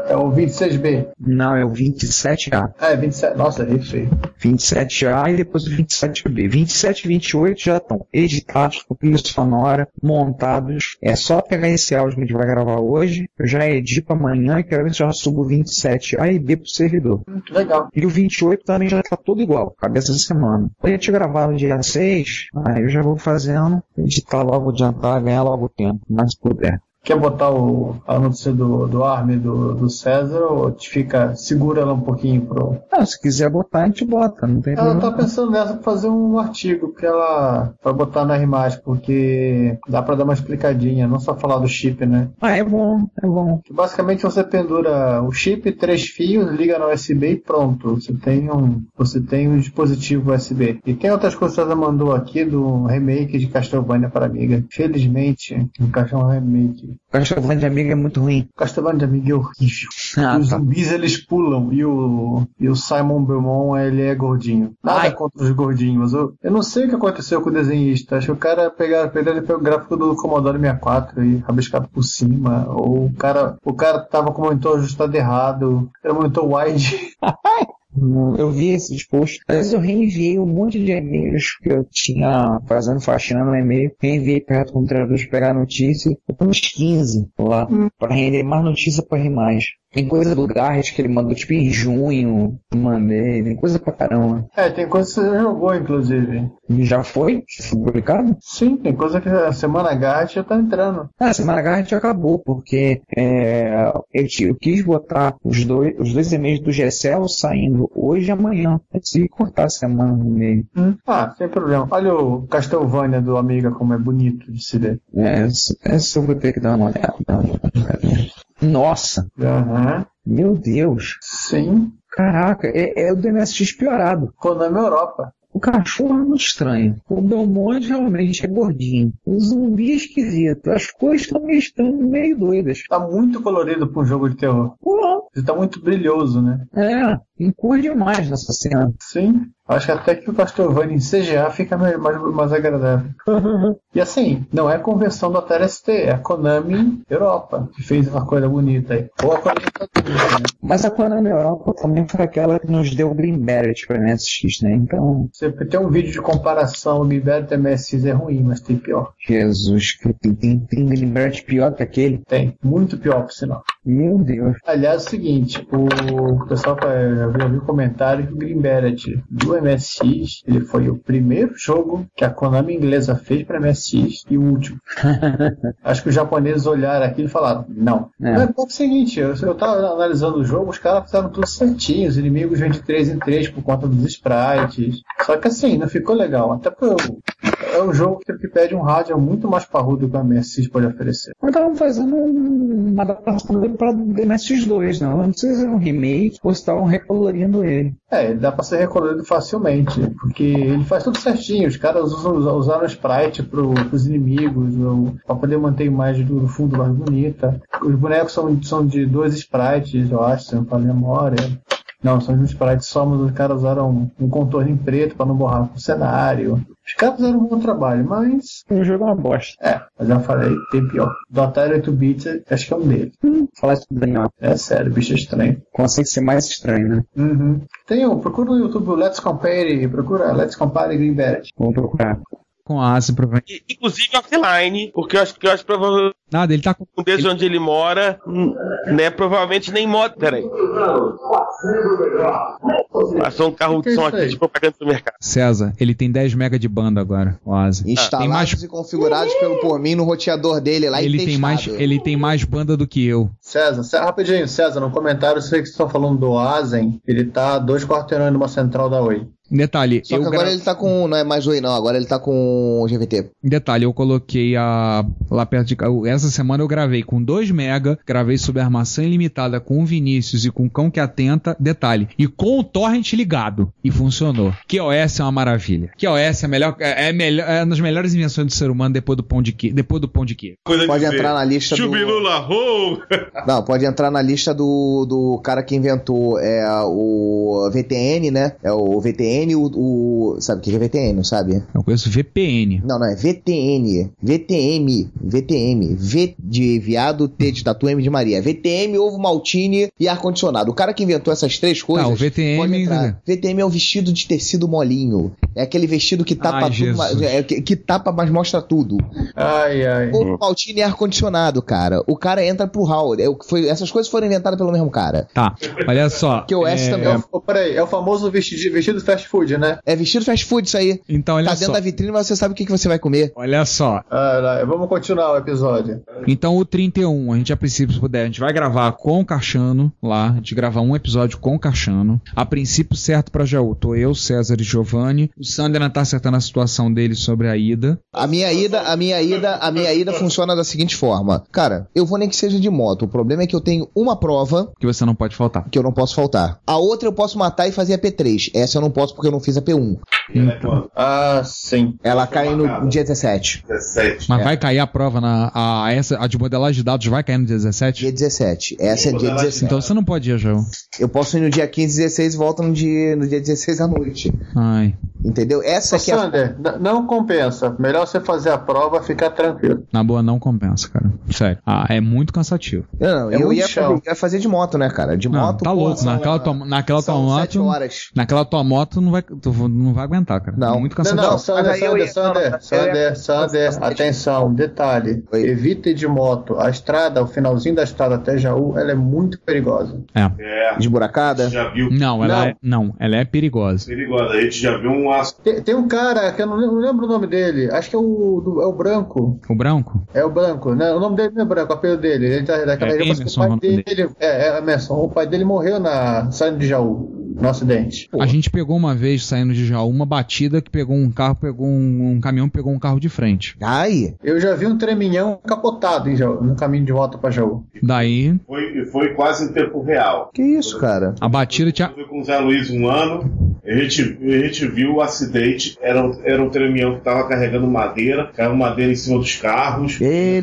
Speaker 2: É o 26B.
Speaker 7: Não, é o 27A.
Speaker 2: Ah, é 27. Nossa, é isso aí.
Speaker 7: 27A e depois o 27B. 27 e 28 já estão editados, com trilha sonora, montados. É só pegar esse áudio que a gente vai gravar hoje. Eu já edito amanhã e quero ver se eu já subo o 27A e B pro servidor.
Speaker 2: Legal.
Speaker 7: E o 28 também já tá tudo igual, cabeça da semana. Eu ia te gravar no dia 6, aí eu já vou fazendo, editar logo, adiantar, ganhar logo tempo, mas se puder.
Speaker 2: Quer botar o, a notícia do, do Armin do, do César ou te fica. segura ela um pouquinho pro.
Speaker 7: Ah, se quiser botar, a gente bota, não tem
Speaker 2: Ela
Speaker 7: problema.
Speaker 2: tá pensando nessa pra fazer um artigo que ela vai botar na imagem, porque dá pra dar uma explicadinha, não só falar do chip, né?
Speaker 7: Ah, é bom, é bom.
Speaker 2: Que basicamente você pendura o chip, três fios, liga no USB e pronto. Você tem um, você tem um dispositivo USB. E tem outras coisas que ela mandou aqui do remake de Castlevania para Amiga. Felizmente, o Castlevania remake.
Speaker 7: Castlevania de Amiga é muito ruim.
Speaker 2: Castlevania de Amiga é horrível.
Speaker 7: Ah, tá.
Speaker 2: os zumbis eles pulam e o, e o Simon Belmont ele é gordinho. Nada contra os gordinhos, mas eu, eu não sei o que aconteceu com o desenhista. Acho que o cara pegaram pegaram ele pegou o gráfico do Commodore 64 e rabiscado por cima. Ou o cara, o cara tava com o monitor ajustado errado, era o monitor wide.
Speaker 7: Não, Eu vi esses posts. Às vezes eu reenviei um monte de e-mails que eu tinha fazendo faxina no e-mail. Reenviei perto do computador para pegar notícia. Eu tenho uns 15 lá para render mais notícia para rir mais. Tem coisa do Garrett que ele mandou tipo em junho. eu Mandei. Tem coisa pra caramba.
Speaker 2: É, tem coisa que você jogou, inclusive.
Speaker 7: E Já foi? Foi publicado?
Speaker 2: Sim, tem coisa que a Semana Gart já tá entrando.
Speaker 7: Ah, a semana Garrett acabou, porque é, eu, ti- eu quis botar os dois, os dois e-mails do Gessel saindo hoje e amanhã. Eu decidi cortar a semana no meio.
Speaker 2: Ah, sem problema. Olha o Castlevania do Amiga como é bonito de se ver.
Speaker 7: É, essa- essa eu vou ter que dar uma olhada. Nossa!
Speaker 2: Aham.
Speaker 7: Meu Deus!
Speaker 2: Sim.
Speaker 7: Caraca, é, é o DMSX piorado.
Speaker 2: Konami Europa.
Speaker 7: O cachorro é muito estranho. O Belmonte realmente é gordinho. O zumbi é esquisito. As coisas estão meio, estão meio doidas.
Speaker 2: Tá muito colorido pra um jogo de terror. Ele tá muito brilhoso, né?
Speaker 7: É, encor demais nessa cena.
Speaker 2: Sim. Acho que até que o Castlevania em CGA fica mais, mais, mais agradável. e assim, não é convenção da Atari ST, é a Konami Europa, que fez uma coisa bonita aí. Ou a Konami né?
Speaker 7: Mas a Konami Europa também foi aquela que nos deu o Green Beret pra MSX, né? Então,
Speaker 2: sempre tem um vídeo de comparação, o Liberta MSX é ruim, mas tem pior.
Speaker 7: Jesus, que tem, tem, tem Green Beret pior que aquele?
Speaker 2: Tem, muito pior, por sinal.
Speaker 7: Meu Deus.
Speaker 2: Aliás, é o seguinte, o pessoal tá- eu já vi um comentário que o Green Beret do MSX, ele foi o primeiro jogo que a Konami inglesa fez para MSX e o último. Acho que os japoneses olharam aquilo e falaram, não.
Speaker 7: É.
Speaker 2: Mas é o seguinte, eu, eu tava analisando o jogo, os caras fizeram tudo certinho, os inimigos vêm de 3 em 3 por conta dos sprites. Só que assim, não ficou legal. Até porque eu- é um jogo que que pede um rádio muito mais parrudo que o MSX pode oferecer.
Speaker 7: Mas estavam fazendo um- uma adaptação dele para DMS2, não. Não sei se é um remake ou se estavam recolorindo ele.
Speaker 2: É, dá pra ser recolorido facilmente, porque ele faz tudo certinho. Os caras usam, usaram o sprite pro, pros inimigos, ou, pra poder manter a imagem do, do fundo mais bonita. Os bonecos são, são de dois sprites, eu acho, se não falo memória. Não, são de um sprite só, mas os caras usaram um contorno em preto pra não borrar com o cenário. Os caras fizeram um bom trabalho, mas.
Speaker 7: O jogo é uma bosta.
Speaker 2: É, mas já falei, tem pior. Do Atari 8 bits, acho que é um deles.
Speaker 7: Falar isso do Daniel.
Speaker 2: É sério, bicho estranho.
Speaker 7: Consegue ser mais estranho, né?
Speaker 2: Uhum. Tem um, procura no YouTube o Let's Compare, procura Let's Compare Green Beret.
Speaker 7: Vou procurar.
Speaker 27: Com a Asi, provavelmente.
Speaker 10: Inclusive offline, porque eu acho que eu acho provavelmente
Speaker 27: Nada, ele tá com.
Speaker 10: um desses onde ele mora, hum, né? Provavelmente nem moto. Peraí. Passou um carro
Speaker 5: é
Speaker 10: de som aqui de propaganda do mercado.
Speaker 27: César, ele tem 10 mega de banda agora, o Asi.
Speaker 11: Instalados
Speaker 27: Ah, Tem mais,
Speaker 11: e configurados pelo por mim no roteador dele lá
Speaker 27: ele,
Speaker 11: e
Speaker 27: tem mais,
Speaker 11: testado.
Speaker 27: ele tem mais banda do que eu.
Speaker 2: César, César, rapidinho, César, no comentário eu sei que vocês estão falando do Azen, ele tá a dois quarteirões numa central da Oi.
Speaker 27: Detalhe,
Speaker 11: Só
Speaker 27: eu
Speaker 11: que agora
Speaker 27: gra-
Speaker 11: ele tá com. Não é mais Oi, não. Agora ele tá com GVT.
Speaker 27: Detalhe, eu coloquei a lá perto de ca- eu- essa semana eu gravei com 2 mega, gravei sob armação ilimitada com o Vinícius e com o Cão que atenta
Speaker 7: deta- detalhe. E com o torrent ligado. E funcionou. QoS é uma maravilha. QoS é a melhor, é, é melhor, é uma das melhores invenções do ser humano depois do pão de queijo. Depois do pão de queijo.
Speaker 11: Pode entrar na lista do-
Speaker 14: Chubilula, ho!
Speaker 11: Não, pode entrar na lista do, do cara que inventou é, o VTN, né? É o VTN, o, o. Sabe o que é VTN, não sabe?
Speaker 7: Eu conheço VPN.
Speaker 11: Não, não, é VTN. VTM. VTM. V de viado, T de tatu, M de Maria. VTM, ovo maltine e ar-condicionado. O cara que inventou essas três coisas.
Speaker 7: Ah, o VTM,
Speaker 11: é, pode entrar.
Speaker 7: né?
Speaker 11: VTM é o vestido de tecido molinho. É aquele vestido que tapa
Speaker 7: Ai,
Speaker 11: tudo, mas-
Speaker 7: Jesus.
Speaker 11: é, que, que tapa, mas mostra tudo.
Speaker 23: Ai,
Speaker 2: Uhum.
Speaker 23: ai.
Speaker 11: Ovo maltine e ar-condicionado, cara. O cara entra pro hall. É, o que foi, essas coisas foram inventadas pelo mesmo cara.
Speaker 7: Tá, olha só.
Speaker 11: Que o S também é o-
Speaker 2: Ô, peraí, é o famoso vestido, vestido fast food, né?
Speaker 11: É vestido fast food isso aí.
Speaker 7: Então,
Speaker 11: tá dentro
Speaker 2: só.
Speaker 11: da vitrine, mas você sabe o que, que você vai comer.
Speaker 7: Olha só.
Speaker 2: vamos continuar o episódio.
Speaker 7: Então o 31, a gente a princípio, se puder, a gente vai gravar com o Cachano lá. A gente grava um episódio com o Cachano. A princípio, certo pra Jaú. Tô eu, César e Giovanni. O Sander ainda tá acertando a situação dele sobre a ida.
Speaker 11: A minha ida, a minha ida, a minha ida funciona da seguinte forma. Cara, eu vou nem que seja de moto. O problema é que eu tenho uma prova
Speaker 7: Que você não pode faltar.
Speaker 11: que eu não posso faltar. A outra eu posso matar e fazer a P3. Essa eu não posso porque eu não fiz a P1.
Speaker 8: É,
Speaker 2: Ah, sim.
Speaker 11: Ela cai no dia 17.
Speaker 7: 17.
Speaker 11: É.
Speaker 7: Mas vai cair a prova na. A, essa, a de modelagem de dados vai cair no dia 17?
Speaker 11: Dia 17. Essa é dia 17.
Speaker 7: Então você não pode ir, Jaú.
Speaker 11: Eu posso ir no dia 15, 16 e volto no dia, no dia 16 à noite.
Speaker 7: Ai.
Speaker 11: Entendeu? Essa
Speaker 2: Ô,
Speaker 11: aqui é a...
Speaker 2: Sander, n- não compensa. Melhor você fazer a prova, ficar tranquilo.
Speaker 7: Na boa, não compensa, cara. Sério. Ah, é muito cansativo.
Speaker 11: Não, não,
Speaker 2: É
Speaker 11: eu
Speaker 2: muito
Speaker 11: ia,
Speaker 2: chão.
Speaker 11: ia fazer de moto, né, cara? De
Speaker 7: Não,
Speaker 11: moto.
Speaker 7: tá
Speaker 11: pô,
Speaker 7: louco. é um
Speaker 11: são-
Speaker 7: Naquela tua, naquela tua
Speaker 11: são
Speaker 7: moto.
Speaker 11: sete horas.
Speaker 7: Naquela tua moto, tu não vai, tu não vai aguentar, cara. Não. Muito
Speaker 2: Não,
Speaker 7: cansativo.
Speaker 2: não, Sander,
Speaker 11: mas aí eu
Speaker 2: Sander,
Speaker 11: ia- não,
Speaker 2: Sander,
Speaker 11: não, eu ia- assim,
Speaker 2: Sander, Sander, atenção, detalhe. Evite de moto. A estrada, o finalzinho da estrada até Jaú, ela é muito perigosa.
Speaker 7: É.
Speaker 11: Esburacada?
Speaker 7: Já viu. Não, ela
Speaker 11: Né?
Speaker 2: Não.
Speaker 7: É, não, ela é perigosa.
Speaker 2: Perigosa, a gente já viu um aço. Tem, tem um cara que eu não lembro, não lembro o nome dele, acho que é o, do- é o Branco.
Speaker 7: O branco?
Speaker 2: É o Branco, né? O nome dele não é Branco, o apelido dele. Ele tá daquela
Speaker 7: É
Speaker 2: região, mas
Speaker 7: Emerson,
Speaker 2: o
Speaker 7: o
Speaker 2: pai
Speaker 7: nome
Speaker 2: dele. É, é Emerson. O pai dele morreu na saindo de Jaú, no acidente.
Speaker 7: A gente pegou uma vez saindo de Jaú uma batida que pegou um carro, pegou um, um caminhão, pegou um carro de frente.
Speaker 11: Ai!
Speaker 2: Eu já vi um treminhão capotado em Jaú, no caminho de volta pra Jaú.
Speaker 7: Daí,
Speaker 8: Foi, foi quase em tempo real.
Speaker 11: Que isso, cara?
Speaker 7: a batida tinha.
Speaker 8: Foi com o Zé Luiz um ano. A gente, a gente viu o acidente. Era, um- era um tremião que tava carregando madeira. Caiu madeira em cima dos carros.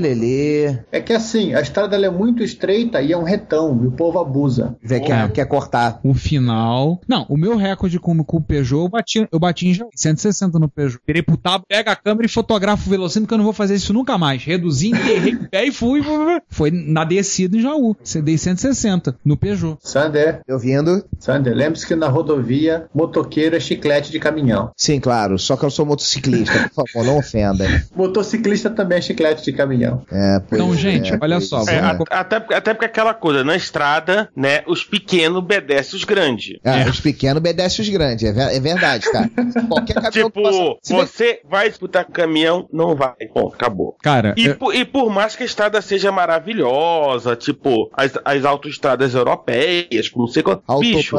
Speaker 11: Elele.
Speaker 2: É que assim, a estrada ela é muito estreita e é um retão, e o povo abusa.
Speaker 11: Quer, quer cortar.
Speaker 7: O final. Não, o meu recorde com, com o Peugeot, eu bati, eu bati em Jaú, 160 no Peugeot. Virei pro tábua, pega a câmera e fotografo o velocímetro que eu não vou fazer isso nunca mais. Reduzi, enterrei o pé e fui. Foi na descida em Jaú. Cedei 160 no Peugeot.
Speaker 2: Sander.
Speaker 11: Eu ouvindo.
Speaker 2: Sander, lembre-se que na rodovia, motoqueiro é chiclete de caminhão.
Speaker 11: Sim, claro. Só que eu sou motociclista. Por favor, não ofenda.
Speaker 2: Motociclista também é chiclete de caminhão.
Speaker 11: É, pois
Speaker 2: Então,
Speaker 7: gente,
Speaker 11: é,
Speaker 7: olha só,
Speaker 11: pois
Speaker 24: É,
Speaker 11: é.
Speaker 24: a- até, porque- até porque aquela coisa, na estrada, né, os pequenos obedecem os grandes.
Speaker 11: Ah, Os pequenos obedecem os grandes, é, ver- é verdade, cara. Qualquer
Speaker 1: um
Speaker 11: caminhão que
Speaker 24: Tipo,
Speaker 11: Se bem-
Speaker 24: você vai disputar com o caminhão, não vai. Bom, acabou.
Speaker 7: Cara,
Speaker 24: E, por, e por mais que a estrada seja maravilhosa, tipo, as, as autoestradas europeias, como sei quanto. Bicho,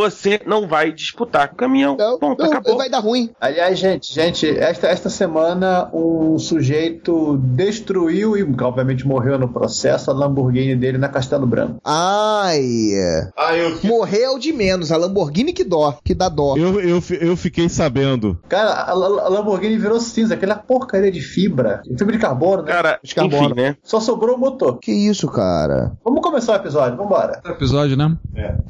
Speaker 24: você não vai disputar com o caminhão. Bom,
Speaker 11: não,
Speaker 24: acabou.
Speaker 11: vai dar ruim.
Speaker 2: Aliás, gente, gente, esta, esta semana um sujeito destruiu e obviamente morreu no processo a Lamborghini dele na Castelo Branco.
Speaker 11: Ai. é. Morreu de menos. A Lamborghini que dó, que dá dó.
Speaker 25: Eu, eu, fi- eu fiquei sabendo.
Speaker 2: Cara, a, a- a Lamborghini virou cinza, aquela porcaria de fibra, de fibra de carbono, né?
Speaker 24: Cara,
Speaker 2: de carbono.
Speaker 24: enfim, né?
Speaker 2: Só sobrou o motor.
Speaker 11: Que isso, cara?
Speaker 2: Vamos começar o episódio, vambora.
Speaker 7: Episódio, né?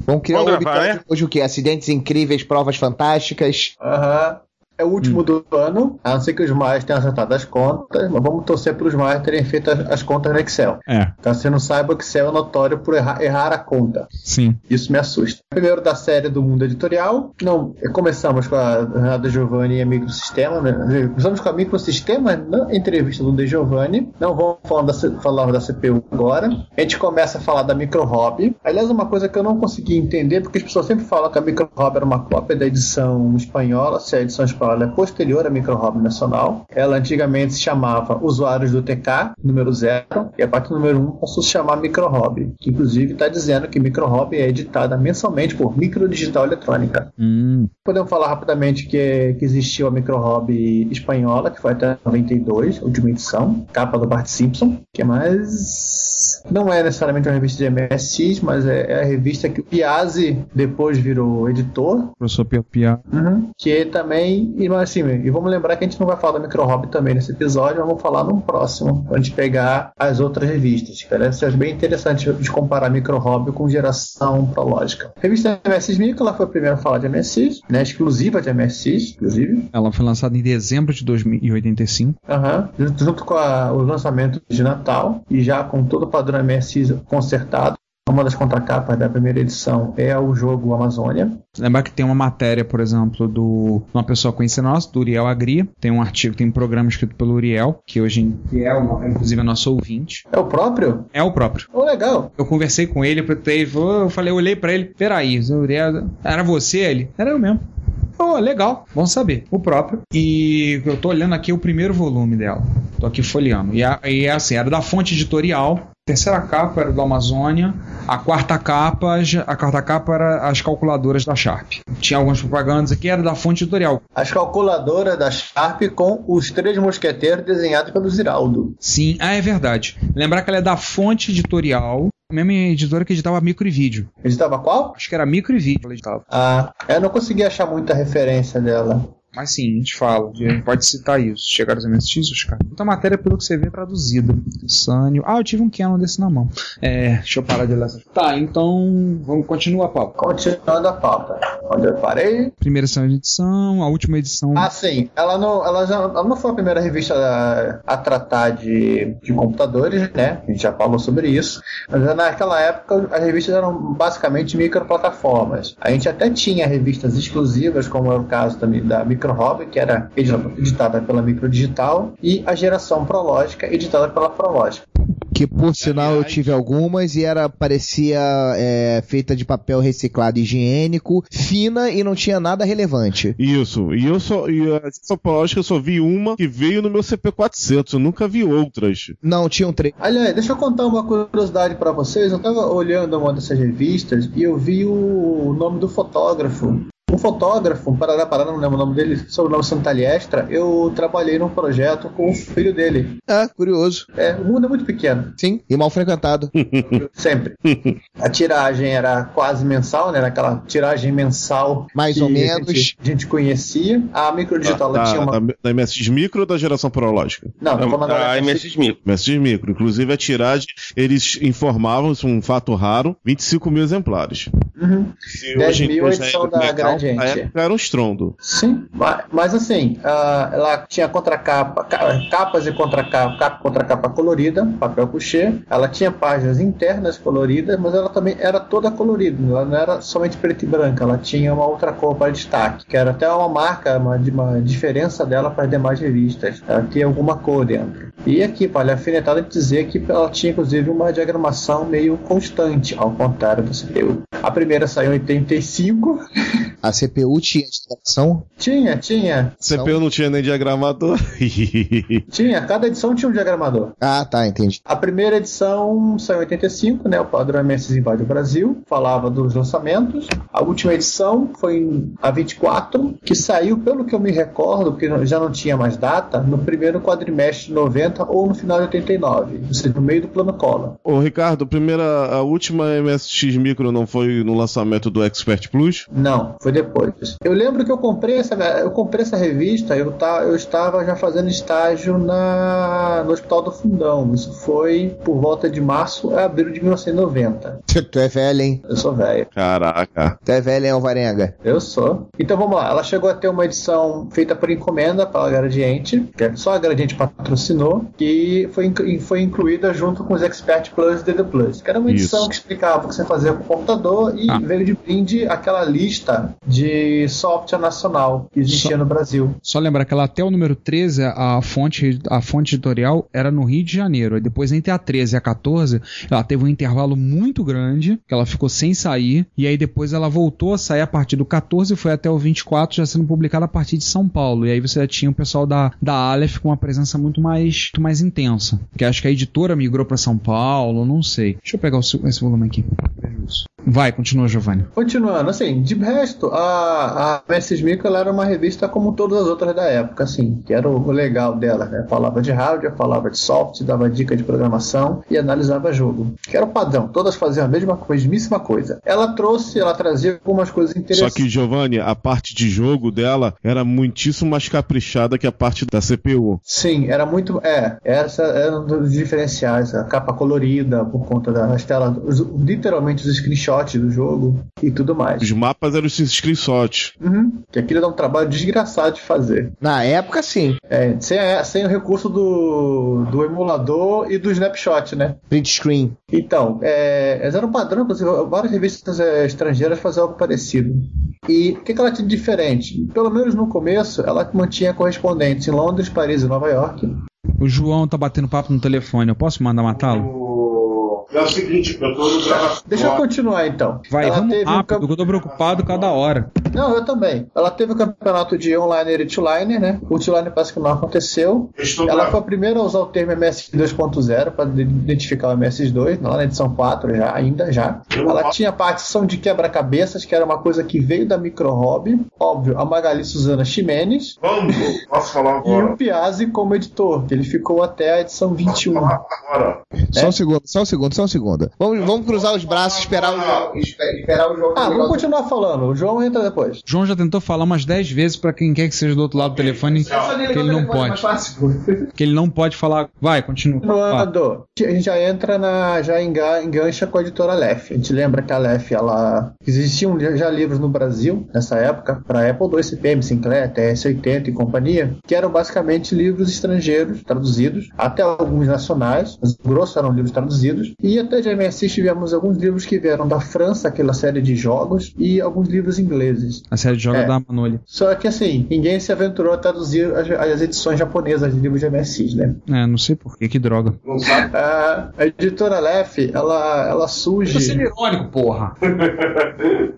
Speaker 11: Vamos criar
Speaker 2: Vamos
Speaker 11: um
Speaker 2: gravar,
Speaker 24: né?
Speaker 11: episódio hoje o quê? Acidentes incríveis, provas fantásticas.
Speaker 2: Aham. É o último do ano, a não ser que os mais tenham acertado as contas, mas vamos torcer pelos mais terem feito as, as contas no Excel.
Speaker 7: É.
Speaker 2: Caso Então, você não saiba, o Excel é notório por errar, errar a conta.
Speaker 7: Sim.
Speaker 2: Isso me assusta. Primeiro da série do Mundo Editorial. Não, é, começamos com a Renata Giovanni e a Microsistema. né? Começamos com a Microsistema na entrevista do De Giovanni. Não vamos falar da, C- falar da CPU agora. A gente começa a falar da Micro Hobby. Aliás, uma coisa que eu não consegui entender, porque as pessoas sempre falam que a Micro Hobby era uma cópia da edição espanhola. Se a edição espanhola é posterior à Micro Hobby nacional. Ela antigamente se chamava Usuários do TK, número 0. E a partir do número 1 um, posso se chamar Micro Hobby. Que inclusive está dizendo que Micro Hobby é editada mensalmente por Micro Digital Eletrônica.
Speaker 7: Hum.
Speaker 2: Podemos falar rapidamente que, que existiu a Micro Hobby espanhola, que foi até 92, última edição, capa do Bart Simpson. que é mais? Não é necessariamente uma revista de MSX, mas é, é a revista que o Piazzi depois virou editor,
Speaker 7: Professor Pia Pia.
Speaker 2: Uhum. que também. E, mas, assim, e vamos lembrar que a gente não vai falar do micro hobby também nesse episódio, mas vamos falar num próximo, quando a gente pegar as outras revistas. que Parece ser bem interessante de comparar micro hobby com geração prológica. A revista MSX Micro, ela foi a primeira a falar de MSX, né? exclusiva de MSX, inclusive.
Speaker 7: Ela foi lançada em dezembro de 2085.
Speaker 2: Aham. Junto, junto com a- os lançamentos de Natal e já com todo o padrão MSI consertado. Uma das contracapas da primeira edição é o jogo Amazônia.
Speaker 7: Lembrar que tem uma matéria, por exemplo, do de uma pessoa conhecida nossa, do Uriel Agri. Tem um artigo, tem um programa escrito pelo Uriel, que hoje em- que é, o- inclusive, é nosso ouvinte.
Speaker 2: É o próprio?
Speaker 7: É o próprio.
Speaker 2: Oh, legal.
Speaker 7: Eu conversei com ele, eu perguntei, eu falei, eu olhei pra ele, peraí, o Uriel, era você ele? Era eu mesmo. Oh, legal, bom saber. O próprio. E eu tô olhando aqui o primeiro volume dela. Tô aqui folheando. E, a, e é assim, era da fonte editorial. Terceira capa era do Amazônia. A quarta capa, já- a quarta capa era as calculadoras da Sharp. Tinha algumas propagandas aqui, era da fonte editorial.
Speaker 2: As calculadoras da Sharp com os três mosqueteiros desenhados pelo Ziraldo.
Speaker 7: Sim, ah, é verdade. Lembrar que ela é da fonte editorial, a mesma editora que editava micro e vídeo.
Speaker 2: Editava qual?
Speaker 7: Acho que era micro e vídeo que ela editava.
Speaker 2: Ah, eu não consegui achar muita referência dela.
Speaker 7: Mas sim, a gente fala, a gente pode citar isso. Chegar os MSX, os caras. Muita matéria, pelo que você vê, é traduzida. Sânio. Ah, eu tive um Canon desse na mão. É, deixa eu parar de olhar essas. Tá, então. Vamos continuar a pauta.
Speaker 2: Continuando a pauta. Onde eu parei?
Speaker 7: Primeira edição de edição, a última edição.
Speaker 2: Ah, sim. Ela não, ela já, ela não foi a primeira revista a, a tratar de, de computadores, né? A gente já falou sobre isso. Mas naquela época as revistas eram basicamente microplataformas. A gente até tinha revistas exclusivas, como é o caso também da Micro Hobby, que era edi- editada pela Micro Digital, e a geração Prológica, editada pela Prológica.
Speaker 1: Que por sinal eu tive algumas e era parecia é, feita de papel reciclado higiênico, fina e não tinha nada relevante.
Speaker 25: Isso, e eu só. E a edição prológica eu só vi uma que veio no meu CP400, eu nunca vi outras.
Speaker 1: Não, um tinham três.
Speaker 2: Aliás, deixa eu contar uma curiosidade pra vocês. Eu tava olhando uma dessas revistas e eu vi o nome do fotógrafo. Um fotógrafo, um Parará Pará, não lembro o nome dele, sobrenome Santaliestra, eu trabalhei num projeto com o filho dele.
Speaker 1: Ah, curioso.
Speaker 2: É, o mundo é muito pequeno.
Speaker 1: Sim, e mal frequentado.
Speaker 7: Hum.
Speaker 2: Sempre. A tiragem era quase mensal, né? Era aquela tiragem mensal.
Speaker 1: Mais
Speaker 2: que
Speaker 1: ou
Speaker 2: a
Speaker 1: menos.
Speaker 2: gente- A gente conhecia. A
Speaker 25: Tá,
Speaker 2: microdigital
Speaker 8: Tá,
Speaker 2: ela
Speaker 25: da,
Speaker 2: tinha uma
Speaker 25: da, da MSX Micro ou da geração prológica?
Speaker 10: tá,
Speaker 2: Não, tô Tá
Speaker 24: Ah,
Speaker 2: falando assim. da
Speaker 25: da MSX Micro. MSX Micro. Inclusive, a tiragem, eles informavam, isso é um fato raro, 25 mil exemplares.
Speaker 2: Uhum.
Speaker 25: Se
Speaker 2: 10
Speaker 25: hoje em
Speaker 2: mil
Speaker 25: dia
Speaker 2: edição
Speaker 25: é
Speaker 2: da
Speaker 25: legal,
Speaker 2: Gradiente.
Speaker 25: Na época era um estrondo.
Speaker 2: Sim, ma- mas assim, ah, ela tinha contracapa, ca- capas e contracapa, capa, contracapa colorida, papel couché. Ela tinha páginas internas coloridas, mas ela também era toda colorida, ela não era somente preto e branca, ela tinha uma outra cor para destaque, que era até uma marca, uma, de uma diferença dela para as demais revistas. Ela tinha alguma cor dentro. E aqui, para alfinetada de dizer que ela tinha inclusive uma diagramação meio constante, ao contrário da CPU. A primeira saiu em 85.
Speaker 1: A CPU tinha distração?
Speaker 2: Tinha, tinha.
Speaker 25: CPU não tinha nem diagramador.
Speaker 2: Tinha, cada edição tinha um diagramador.
Speaker 1: Ah, tá, entendi.
Speaker 2: A primeira edição saiu em 85, né? O padrão MSX invade o Brasil, falava dos lançamentos. A última edição foi em- a 24, que saiu, pelo que eu me recordo, porque não- já não tinha mais data, no primeiro quadrimestre de 90 ou no final de 89, ou seja, no meio do plano Collor.
Speaker 25: Ô, Ricardo, a primeira, a última MSX Micro não foi no lançamento do Expert Plus?
Speaker 2: Não, foi depois. Eu lembro que eu comprei essa, eu comprei essa revista, eu, ta- eu estava já fazendo estágio na, no Hospital do Fundão. Isso foi por volta de março a abril de 1990.
Speaker 1: Tu é velho, hein?
Speaker 2: Eu sou velho.
Speaker 25: Caraca.
Speaker 1: Tu é velho, hein, Alvarenga?
Speaker 2: Eu sou. Então vamos lá, ela chegou a ter uma edição feita por encomenda pela Gradiente, que é só a Gradiente patrocinou, e foi, inclu- foi incluída junto com os Expert Plus e DD Plus, que era uma
Speaker 28: Isso.
Speaker 2: edição que explicava o que você fazia com o computador e veio de brinde aquela lista de software nacional que existia no Brasil.
Speaker 7: Só lembrar que ela até o número 13, a fonte, a fonte editorial era no Rio de Janeiro. Aí depois, entre a 13 e a 14, ela teve um intervalo muito grande, que ela ficou sem sair. E aí depois ela voltou a sair a partir do 14 e foi até o 24, já sendo publicada a partir de São Paulo. E aí você já tinha o pessoal da, da Aleph com uma presença muito mais, muito mais intensa. Que acho que a editora migrou para São Paulo, não sei. Deixa eu pegar o, seu- esse volume aqui. Vejo isso. Vai, continua, Giovanni.
Speaker 2: Continuando, assim, de resto, a, a Mrs. Micro ela era uma revista como todas as outras da época, assim, que era o legal dela, né? Falava de hardware, falava de software, dava dica de programação e analisava jogo. Que era o padrão, todas faziam a mesma, coisa, mesmíssima coisa. Ela trouxe, ela trazia algumas coisas
Speaker 25: Só
Speaker 2: interessantes.
Speaker 25: que, Giovanni, a parte de jogo dela era muitíssimo mais caprichada que a parte da CPU.
Speaker 2: Sim, era muito. É, essa era um dos diferenciais. A capa colorida, por conta das telas, os- literalmente os screenshots do jogo e tudo mais.
Speaker 25: Os mapas eram os screenshots.
Speaker 2: Uhum, que aquilo dá um trabalho desgraçado de fazer.
Speaker 1: Na época, sim.
Speaker 2: É, sem, a- sem o recurso do, do emulador e do snapshot, né?
Speaker 1: Print screen.
Speaker 2: Então, é, elas eram padrão, inclusive, várias revistas é, estrangeiras faziam algo parecido. E o que, que ela tinha de diferente? Pelo menos no começo, ela mantinha correspondentes em Londres, Paris e Nova York.
Speaker 7: O João tá batendo papo no telefone. Eu posso mandar matá-lo?
Speaker 8: É o seguinte, eu tô no gravação.
Speaker 2: Deixa eu continuar então.
Speaker 7: Vai,
Speaker 2: ela
Speaker 7: vamos
Speaker 2: teve um
Speaker 7: rápido, que eu tô preocupado cada hora.
Speaker 2: Não, eu também. Ela teve o campeonato de online e two-liner, né? O two-liner parece que não aconteceu. Ela foi a primeira a usar o termo MS 2.0 para identificar o MS2, lá na edição 4 já, ainda já. Ela tinha a partição de quebra-cabeças, que era uma coisa que veio da Micro Hobby. Óbvio, a Magali Suzana Ximenes.
Speaker 8: Vamos, posso falar
Speaker 2: E
Speaker 8: agora?
Speaker 2: o Piazzi como editor, que ele ficou até a edição 21.
Speaker 8: Agora.
Speaker 1: Só um segundo, só um segundo, só um segundo. Vamos, vamos cruzar os braços, esperar o João. espe- Esperar o João.
Speaker 2: Ah, vamos continuar falando. O João entra depois.
Speaker 7: João já tentou falar umas 10 vezes pra quem quer que seja do outro lado do telefone que ele não
Speaker 2: é
Speaker 7: pode. Que ele não pode falar. Vai, continua. Fala.
Speaker 2: Continuando, a gente já entra na. já enga- engancha com a editora Aleph. A gente lembra que a Aleph, ela. existiam já livros no Brasil, nessa época, para Apple II, CPM, Sinclair, TS-80 e companhia, que eram basicamente livros estrangeiros, traduzidos, até alguns nacionais, mas o grosso eram livros traduzidos, e até de MSX tivemos alguns livros que vieram da França, aquela série de jogos, e alguns livros ingleses.
Speaker 7: A série de jogos
Speaker 2: É.
Speaker 7: da Manolha.
Speaker 2: Só que assim, ninguém se aventurou a traduzir as, as edições japonesas de livros de MSX, né?
Speaker 7: É, não sei porquê, que droga.
Speaker 2: Ah, a editora Aleph, ela, ela surge.
Speaker 7: Tô tá sendo irônico, porra.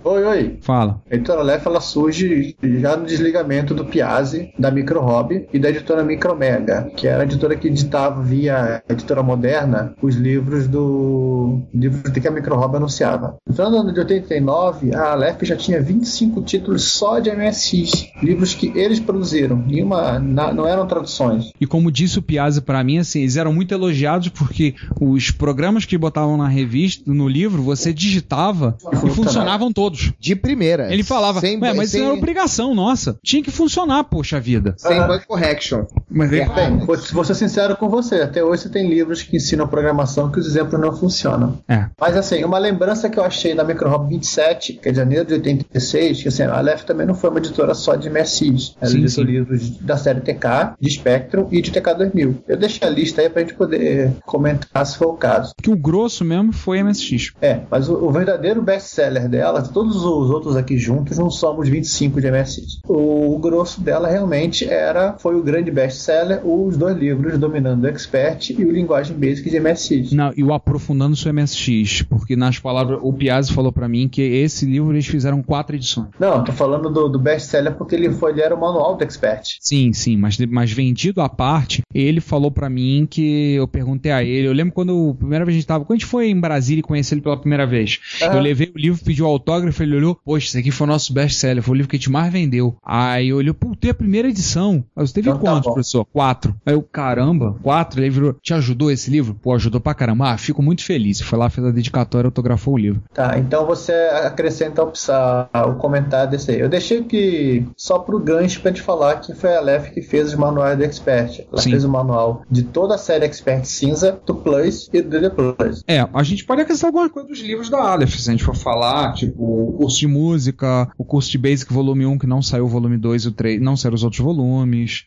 Speaker 2: oi, oi.
Speaker 7: Fala.
Speaker 2: A editora Aleph, ela surge já no desligamento do Piazzi, da Micro Hobby e da editora Micromega, que era a editora que editava via editora moderna os livros do. livros que a Micro Hobby anunciava. Então, no ano de 89, a Aleph já tinha 25 títulos só de MSX, livros que eles produziram, nenhuma. na- não eram traduções.
Speaker 7: E como disse o Piazzi pra mim, assim, eles eram muito elogiados porque os programas que botavam na revista, no livro, você digitava e funcionavam todos.
Speaker 1: De
Speaker 2: É,
Speaker 1: primeira.
Speaker 7: Ele falava,
Speaker 1: Sem-
Speaker 7: Ué, mas
Speaker 1: sem-
Speaker 7: isso era obrigação nossa. Tinha que funcionar, poxa vida. É.
Speaker 1: Sem bug correction.
Speaker 7: Mas vem cá.
Speaker 2: Bem, vou, vou ser sincero com você. Até hoje você tem livros que ensinam programação que os exemplos não funcionam.
Speaker 7: É.
Speaker 2: Mas assim, uma lembrança que eu achei na MicroHop 27, que é de janeiro de 86, que assim, a Aleph também não foi uma editora só de MSX. Ela
Speaker 7: Sim,
Speaker 2: editou
Speaker 7: sim.
Speaker 2: livros da série TK, de Spectrum e de TK2000. Eu deixei a lista aí pra gente poder comentar se for o caso.
Speaker 7: Que o grosso mesmo foi MSX.
Speaker 2: É, mas o, o verdadeiro best-seller dela, todos os outros aqui juntos, não somos 25 de MSX. O, o grosso dela realmente era, foi o grande best-seller, os dois livros, Dominando o Expert e o Linguagem Basic de MSX.
Speaker 7: Não, e o Aprofundando Seu MSX, porque nas palavras, o Piazzi falou pra mim que esse livro eles fizeram quatro edições.
Speaker 2: Não, tô falando do, do best-seller porque ele foi, ele era o manual do Expert.
Speaker 7: Sim, sim, mas, mas vendido à parte, ele falou pra mim que eu perguntei a ele. Eu lembro quando a primeira vez a gente tava. Quando a gente foi em Brasília e conheci ele pela primeira vez,
Speaker 2: Aham.
Speaker 7: eu levei o livro, pedi o autógrafo, ele olhou, poxa, esse aqui foi o nosso best-seller, foi o livro que a gente mais vendeu. Aí eu olhei, pô, tem a primeira edição. Aí você teve quantos, professor? Quatro. Aí eu, caramba, quatro. Ele virou, te ajudou esse livro? Pô, ajudou pra caramba. Ah, fico muito feliz. Foi lá, fez a dedicatória, autografou o livro.
Speaker 2: Tá, então você acrescenta a opção- o comentário desse aí. Eu deixei que só pro gancho pra te falar que foi a Aleph que fez os manuais do Expert. Ela
Speaker 7: Sim.
Speaker 2: fez o manual de toda a série Expert cinza, do Plus e do DD Plus.
Speaker 7: É, a gente pode acrescentar alguma coisa dos livros da Aleph, se a gente for falar, tipo, o curso de música, o curso de Basic Volume 1, que não saiu o volume 2 e o 3, não saíram os outros volumes.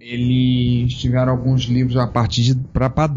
Speaker 7: Eles tiveram alguns livros a partir de pra, pra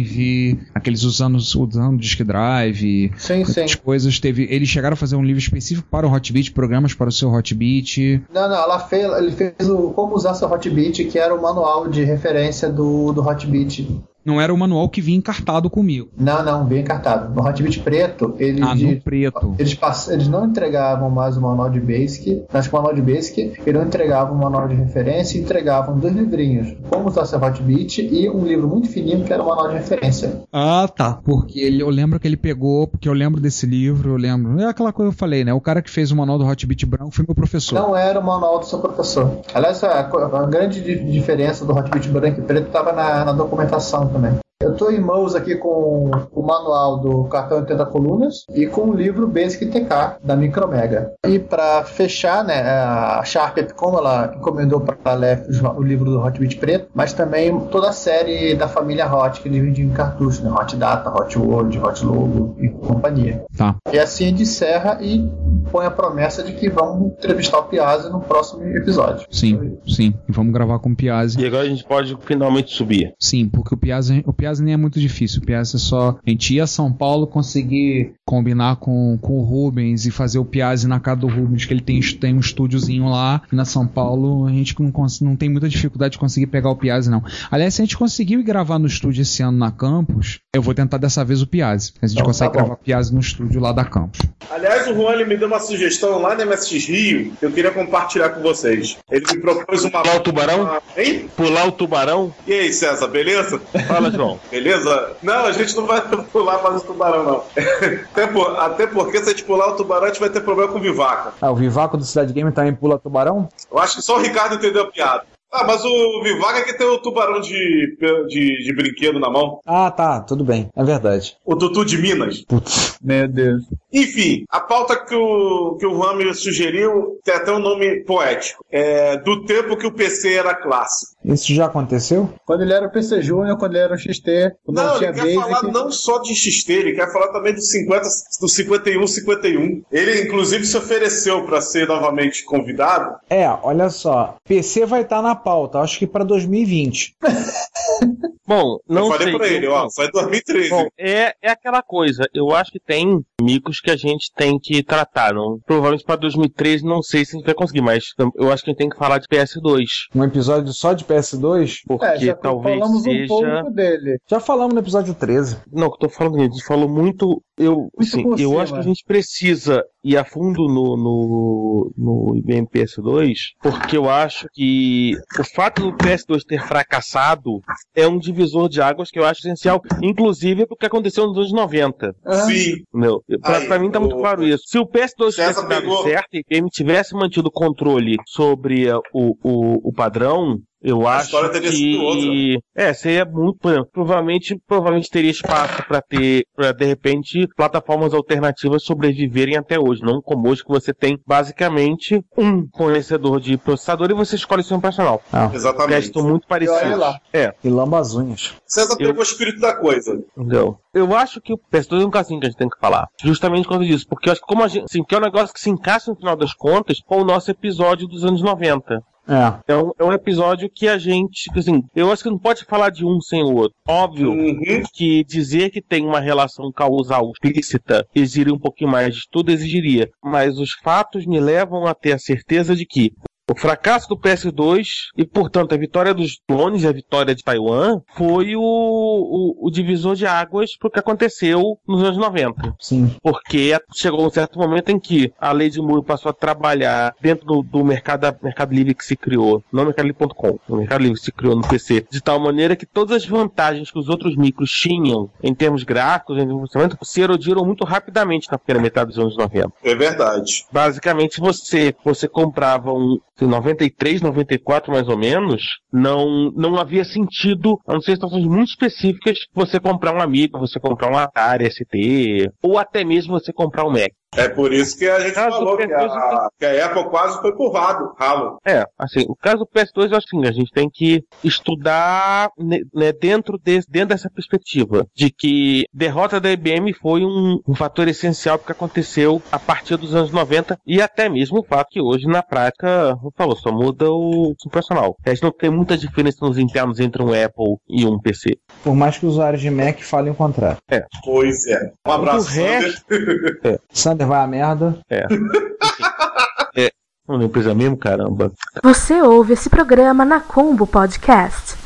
Speaker 7: drive, aqueles usando, usando disk drive.
Speaker 2: Sim,
Speaker 7: sim. coisas teve. Eles chegaram a fazer um livro específico para o Hotbit, programas para o seu Hotbit.
Speaker 2: Não, não, ela fez, ele fez o Como Usar Seu Hotbit, que era o manual de referência do, do Hotbit.
Speaker 7: Não era o manual que vinha encartado comigo.
Speaker 2: Não, não, bem encartado. No Hot Beat preto, eles,
Speaker 7: Ah, no preto.
Speaker 2: eles, pass- eles não entregavam mais o manual de Basic. Acho que o manual de Basic, eles não entregavam o manual de referência e entregavam dois livrinhos. Como usar seu Hot Beat e um livro muito fininho que era o manual de referência.
Speaker 7: Ah, tá. Porque ele, eu lembro que ele pegou, porque eu lembro desse livro, eu lembro. É aquela coisa que eu falei, né? O cara que fez o manual do Hot Beat branco foi meu professor.
Speaker 2: Não era o manual do seu professor. Aliás, a, co- a grande di- diferença do Hot Beat branco e preto estava na, na documentação também. Eu estou em mãos aqui com o manual do cartão 80 colunas e com o livro Basic TK da Micromega. E para fechar, né, a Sharp Epicom ela encomendou para a Aleph os- o livro do Hot Beat preto, mas também toda a série da família Hot que dividiu em cartuchos, né, Hot Data, Hot World, Hot Logo e companhia.
Speaker 7: Tá.
Speaker 2: E assim encerra e põe a promessa de que vamos entrevistar o Piazza no próximo episódio.
Speaker 7: Sim, sim. E vamos gravar com o Piazzi.
Speaker 10: E agora a gente pode finalmente subir.
Speaker 7: Sim, porque o Piazza, o Piazza nem é muito difícil. O Piazza é só. A gente ia a São Paulo conseguir combinar com, com o Rubens e fazer o Piazza na casa do Rubens, que ele tem, tem um estúdiozinho lá. E na São Paulo a gente não, cons- não tem muita dificuldade de conseguir pegar o Piazza, não. Aliás, se a gente conseguiu ir gravar no estúdio esse ano na Campus, eu vou tentar dessa vez o Piazza. A gente
Speaker 8: Então,
Speaker 7: consegue
Speaker 8: tá bom.
Speaker 7: gravar o Piazza no estúdio lá da Campus.
Speaker 8: Aliás, o Juan ele me deu uma sugestão lá no MSX Rio que eu queria compartilhar com vocês. Ele me propôs uma. Pular o tubarão?
Speaker 10: Ah,
Speaker 8: Hein? Pular o tubarão? E aí, César, beleza? Fala, João. Beleza? Não, a gente não vai pular mais o tubarão, não. até, por- até porque se a gente pular o tubarão, a gente vai ter problema com vivaca.
Speaker 3: Ah, o Vivaco do Cidade tá- Game também pula tubarão?
Speaker 8: Eu acho que só o Ricardo entendeu a piada. Ah, mas o Vivaca é que tem o tubarão de, de, de brinquedo na mão.
Speaker 3: Ah, tá, tudo bem. É verdade.
Speaker 8: O Tutu de Minas.
Speaker 3: Putz. Meu Deus.
Speaker 8: Enfim, a pauta que o, que o Juan me sugeriu tem até um nome poético. É do tempo que o PC era clássico.
Speaker 3: Isso já aconteceu?
Speaker 2: Quando ele era o PC Júnior, quando ele era o XT, quando
Speaker 8: Não,
Speaker 2: tinha
Speaker 8: ele quer falar
Speaker 2: Basic.
Speaker 8: não só de XT, ele quer falar também do 50, do 51, 51. Ele, inclusive, se ofereceu para ser novamente convidado.
Speaker 3: É, olha só. PC vai estar na pauta, acho que pra 2020.
Speaker 10: Bom, não
Speaker 8: eu falei
Speaker 10: sei.
Speaker 8: pra ele,
Speaker 10: eu-
Speaker 8: ó, foi 2013.
Speaker 10: Bom, é, é aquela coisa, eu acho que tem micos que a gente tem que tratar. Não, provavelmente para 2013, não sei se a gente vai conseguir, mas eu acho que a gente tem que falar de PS2.
Speaker 3: Um episódio só de PS2?
Speaker 2: É,
Speaker 10: Porque talvez
Speaker 3: falamos um
Speaker 10: seja.
Speaker 3: pouco
Speaker 2: dele.
Speaker 3: Já falamos no episódio 13.
Speaker 10: Não, o que eu tô falando, a gente falou muito. Eu, assim,
Speaker 3: por
Speaker 10: eu
Speaker 3: cima.
Speaker 10: acho que a gente precisa ir a fundo no, no, no IBM PS2, porque eu acho que o fato do PS2 ter fracassado é um divisor de águas que eu acho essencial, inclusive porque aconteceu nos anos 90.
Speaker 8: Sim.
Speaker 10: Meu, pra,
Speaker 8: Aí,
Speaker 10: pra mim tá muito
Speaker 8: o-
Speaker 10: claro isso. Se o PS2
Speaker 8: César
Speaker 10: tivesse dado
Speaker 8: pegou-
Speaker 10: certo e ele tivesse mantido o controle sobre eh, o, o, o padrão, eu acho
Speaker 8: história teria
Speaker 10: que...
Speaker 8: sido outra.
Speaker 10: É, seria muito. por exemplo, Provavelmente, provavelmente teria espaço para ter, para de repente, plataformas alternativas sobreviverem até hoje. Não como hoje que você tem basicamente um fornecedor de processador e você escolhe seu operacional.
Speaker 3: Ah.
Speaker 8: Exatamente.
Speaker 10: Estou muito parecido.
Speaker 8: E olha lá.
Speaker 10: É.
Speaker 3: E lamba as unhas.
Speaker 8: César
Speaker 10: Eu-
Speaker 8: pegou o espírito da coisa.
Speaker 10: Entendeu? Eu acho que o PS2 é um casinho que a gente tem que falar. Justamente por causa disso. Porque eu acho que como a gente. Assim, que é um negócio que se encaixa no final das contas com o nosso episódio dos anos 90.
Speaker 3: É.
Speaker 10: É um, é um episódio que a gente. que, Assim, eu acho que não pode falar de um sem o outro. Óbvio que dizer que tem uma relação causal explícita exigiria um pouquinho mais de estudo, exigiria. Mas os fatos me levam a ter a certeza de que o fracasso do PS2 e, portanto, a vitória dos clones e a vitória de Taiwan foi o, o, o divisor de águas pro que aconteceu nos anos 90.
Speaker 3: Sim.
Speaker 10: Porque chegou um certo momento em que a lei de Moore passou a trabalhar dentro do, do mercado, mercado Livre que se criou, não mercadolivre.com, o Mercado Livre que se criou no PC, de tal maneira que todas as vantagens que os outros micros tinham em termos gráficos, em termos de funcionamento, se erodiram muito rapidamente na primeira metade dos anos 90.
Speaker 8: É verdade.
Speaker 10: Basicamente, você, você comprava um em 93, 94 mais ou menos, não, não havia sentido, a não ser em situações muito específicas, você comprar um amigo, você comprar um Atari ST, ou até mesmo você comprar um Mac.
Speaker 8: É por isso que a gente falou que a, que a Apple quase foi pro ralo. ralo.
Speaker 10: É, assim, o caso do PS2 é assim, a gente tem que estudar né, né, dentro, de, dentro dessa perspectiva de que derrota da IBM foi um, um fator essencial que aconteceu a partir dos anos 90 e até mesmo o fato que hoje na prática, como falou, só muda o personal. A gente não tem muita diferença nos internos entre um Apple e um PC.
Speaker 3: Por mais que os usuários de Mac falem o contrário.
Speaker 10: É.
Speaker 8: Pois é. Um abraço, Sander.
Speaker 3: É, Sander vai a merda.
Speaker 10: É. É. Não, não precisa mesmo, caramba.
Speaker 29: Você ouve esse programa na Combo Podcast.